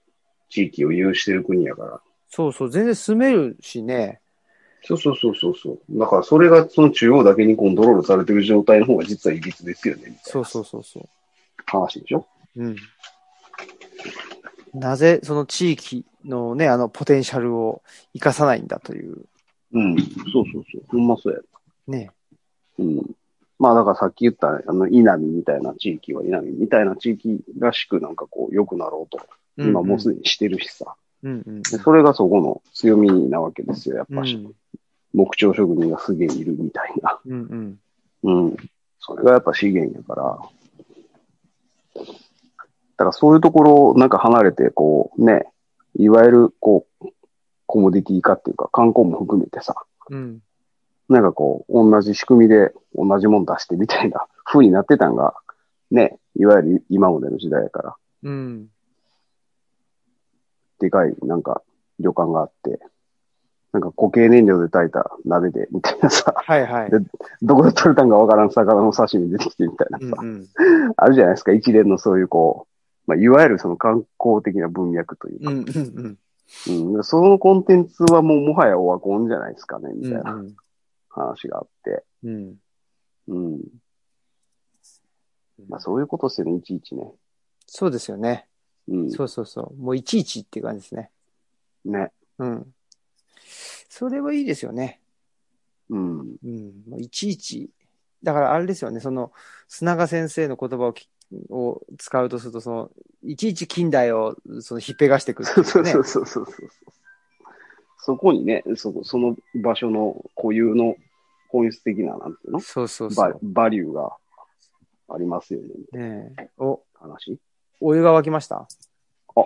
S2: う、地域を有してる国やから。
S1: そうそう。全然住めるしね。
S2: そうそうそうそうそう。だからそれがその中央だけにコントロールされてる状態の方が実は異律ですよね。みたい
S1: そうそうそうそ
S2: な話でしょ
S1: う。うん。なぜその地域のね、あのポテンシャルを生かさないんだという。
S2: うん。そうそうそう。ほんまそうや。
S1: ね。
S2: うん。まあだからさっき言った、あの、稲見みたいな地域は稲見みたいな地域らしくなんかこう良くなろうと。今もうすでにしてるしさ。
S1: うんうん。
S2: でそれがそこの強みなわけですよ。やっ
S1: うんう
S2: ぱし、
S1: ん。
S2: 木彫職人がすげえいるみたいな。
S1: うんうん。
S2: うん。それがやっぱ資源やから。だからそういうところをなんか離れて、こうね、いわゆるこう、コモディティ化っていうか観光も含めてさ、
S1: うん。
S2: なんかこう、同じ仕組みで同じもん出してみたいな 風になってたんが、ね、いわゆる今までの時代やから、
S1: うん。
S2: でかいなんか旅館があって、なんか固形燃料で炊いた鍋で、みたいなさ、
S1: はいはい。
S2: でどこで取れたんかわからん魚の刺身出てきてみたいなさ、
S1: うん
S2: あるじゃないですか、一連のそういうこう、まあ、いわゆるその観光的な文脈という
S1: う
S2: か、
S1: ん。うんうん
S2: うんそのコンテンツはもうもはやオワコンじゃないですかね、み
S1: う。
S2: たいなん話があって、
S1: うん。
S2: うんまあ、そういうことですよね、いちいちね。
S1: そうですよね。
S2: うん、
S1: そうそうそう。もういちいちっていう感じですね。
S2: ね
S1: うん。それはいいですよね。
S2: うん。
S1: うん、もういちいち、だからあれですよね、その、砂川先生の言葉をきを使うとすると、その、いちいち近代を、その、ひっぺがしてくるって
S2: そ
S1: いう
S2: そうう
S1: ね
S2: そうそうそうそう。そこにね、そこ、その場所の固有の本質的な、なんていうの
S1: そうそうそ
S2: バ
S1: う。
S2: バリューがありますよね、みたい
S1: ねえ。お、
S2: な話。
S1: お湯が沸きました
S2: わ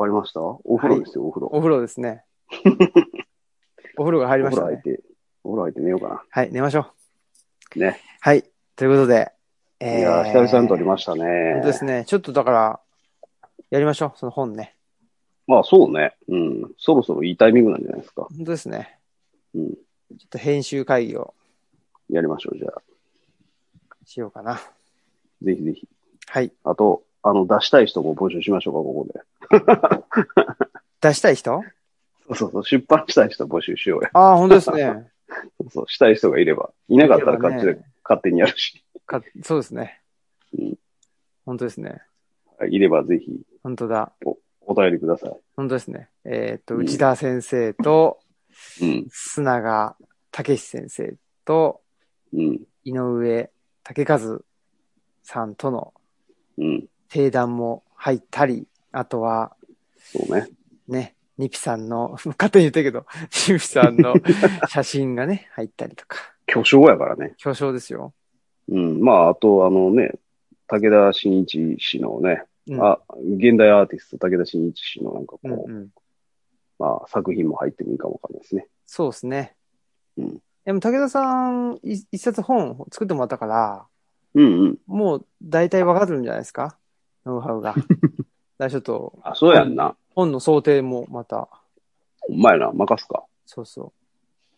S2: かりましたお風呂ですよ、お風呂。
S1: お風呂ですね。お風呂が入り
S2: お
S1: まし
S2: 風
S1: た
S2: 呂入っ
S1: ね。
S2: て、お風呂入って寝ようか
S1: はい、寝ましょう。
S2: ね。
S1: はい、ということで。え
S2: な。いやー、久々に撮りましたね。
S1: 本当ですね。ちょっとだから、やりましょう、その本ね。
S2: まあそうね。うん。そろそろいいタイミングなんじゃないですか。
S1: 本当ですね。
S2: うん。
S1: ちょっと編集会議を
S2: やりましょう、じゃあ。
S1: しようかな。
S2: ぜひぜひ。
S1: はい。
S2: あと、あの、出したい人も募集しましょうか、ここで。
S1: 出したい人
S2: そうそうそう、出版したい人募集しようや。
S1: ああ、本当ですね。
S2: そうそう、したい人がいれば。いなかったら勝手,、
S1: いれば
S2: 勝手にやるし。
S1: かそうですね
S2: うん。
S1: 本当ですね。
S2: いればぜひ、
S1: 本当だ。
S2: お便りくださ
S1: 本当ですね。えーっと、
S2: うん
S1: 内田先生と、
S2: い。うん。
S1: 須永武史先生と、
S2: うん。
S1: 井上武和さんとの
S2: うん。
S1: 定談も入ったり、あとは、
S2: そうね。
S1: ね、ニピさんの、 勝手に言ったけど、ニピさんの写真が ね、入ったりとか、
S2: 巨匠やからね。
S1: 表彰ですよ。
S2: うん。まあ、あと、あのね、武田真一氏のね、
S1: うん、
S2: あ、現代アーティスト武田真一氏のなんかこう、
S1: うんうん、
S2: まあ、作品も入ってもいいかもわかんないですね。
S1: そうですね。
S2: うん
S1: でも、武田さん、い一冊本作ってもらったから、
S2: うんうん。
S1: もう大体わかるんじゃないですかノウハウ が。だからちょっと、
S2: あ、そうやんな。
S1: 本の想定もまた、
S2: お前ら、任すか。
S1: そうそ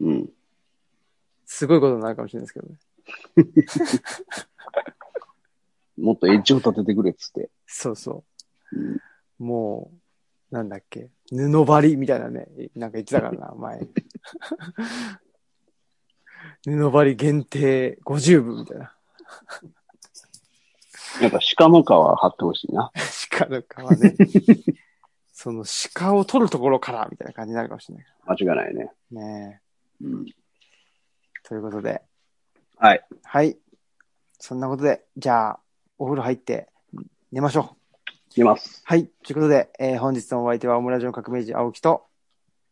S1: う、
S2: うん。
S1: すごいことになるかもしれないですけどね。
S2: もっとエッジを立ててくれっつって。
S1: そうそう
S2: うん。
S1: もう、なんだっけ、布張りみたいなね、なんか言ってたからな、 前。布張り限定50部みたいな。
S2: やっぱ鹿の皮貼ってほしいな。
S1: 鹿の皮 ね。その鹿を取るところからみたいな感じになるかもしれないか
S2: 間違いないね。
S1: らね
S2: うん。
S1: え。ということで、
S2: はい。
S1: はい。そんなことで、じゃあ、お風呂入って寝ましょう。
S2: いきます。
S1: はい。ということで、えー本日のお相手はオムラジオ革命児青木と、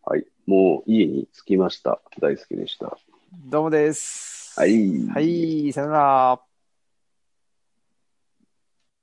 S2: はい。もう家に着きました。大好きでした。
S1: どうもです。
S2: は。い。
S1: はい、さよなら。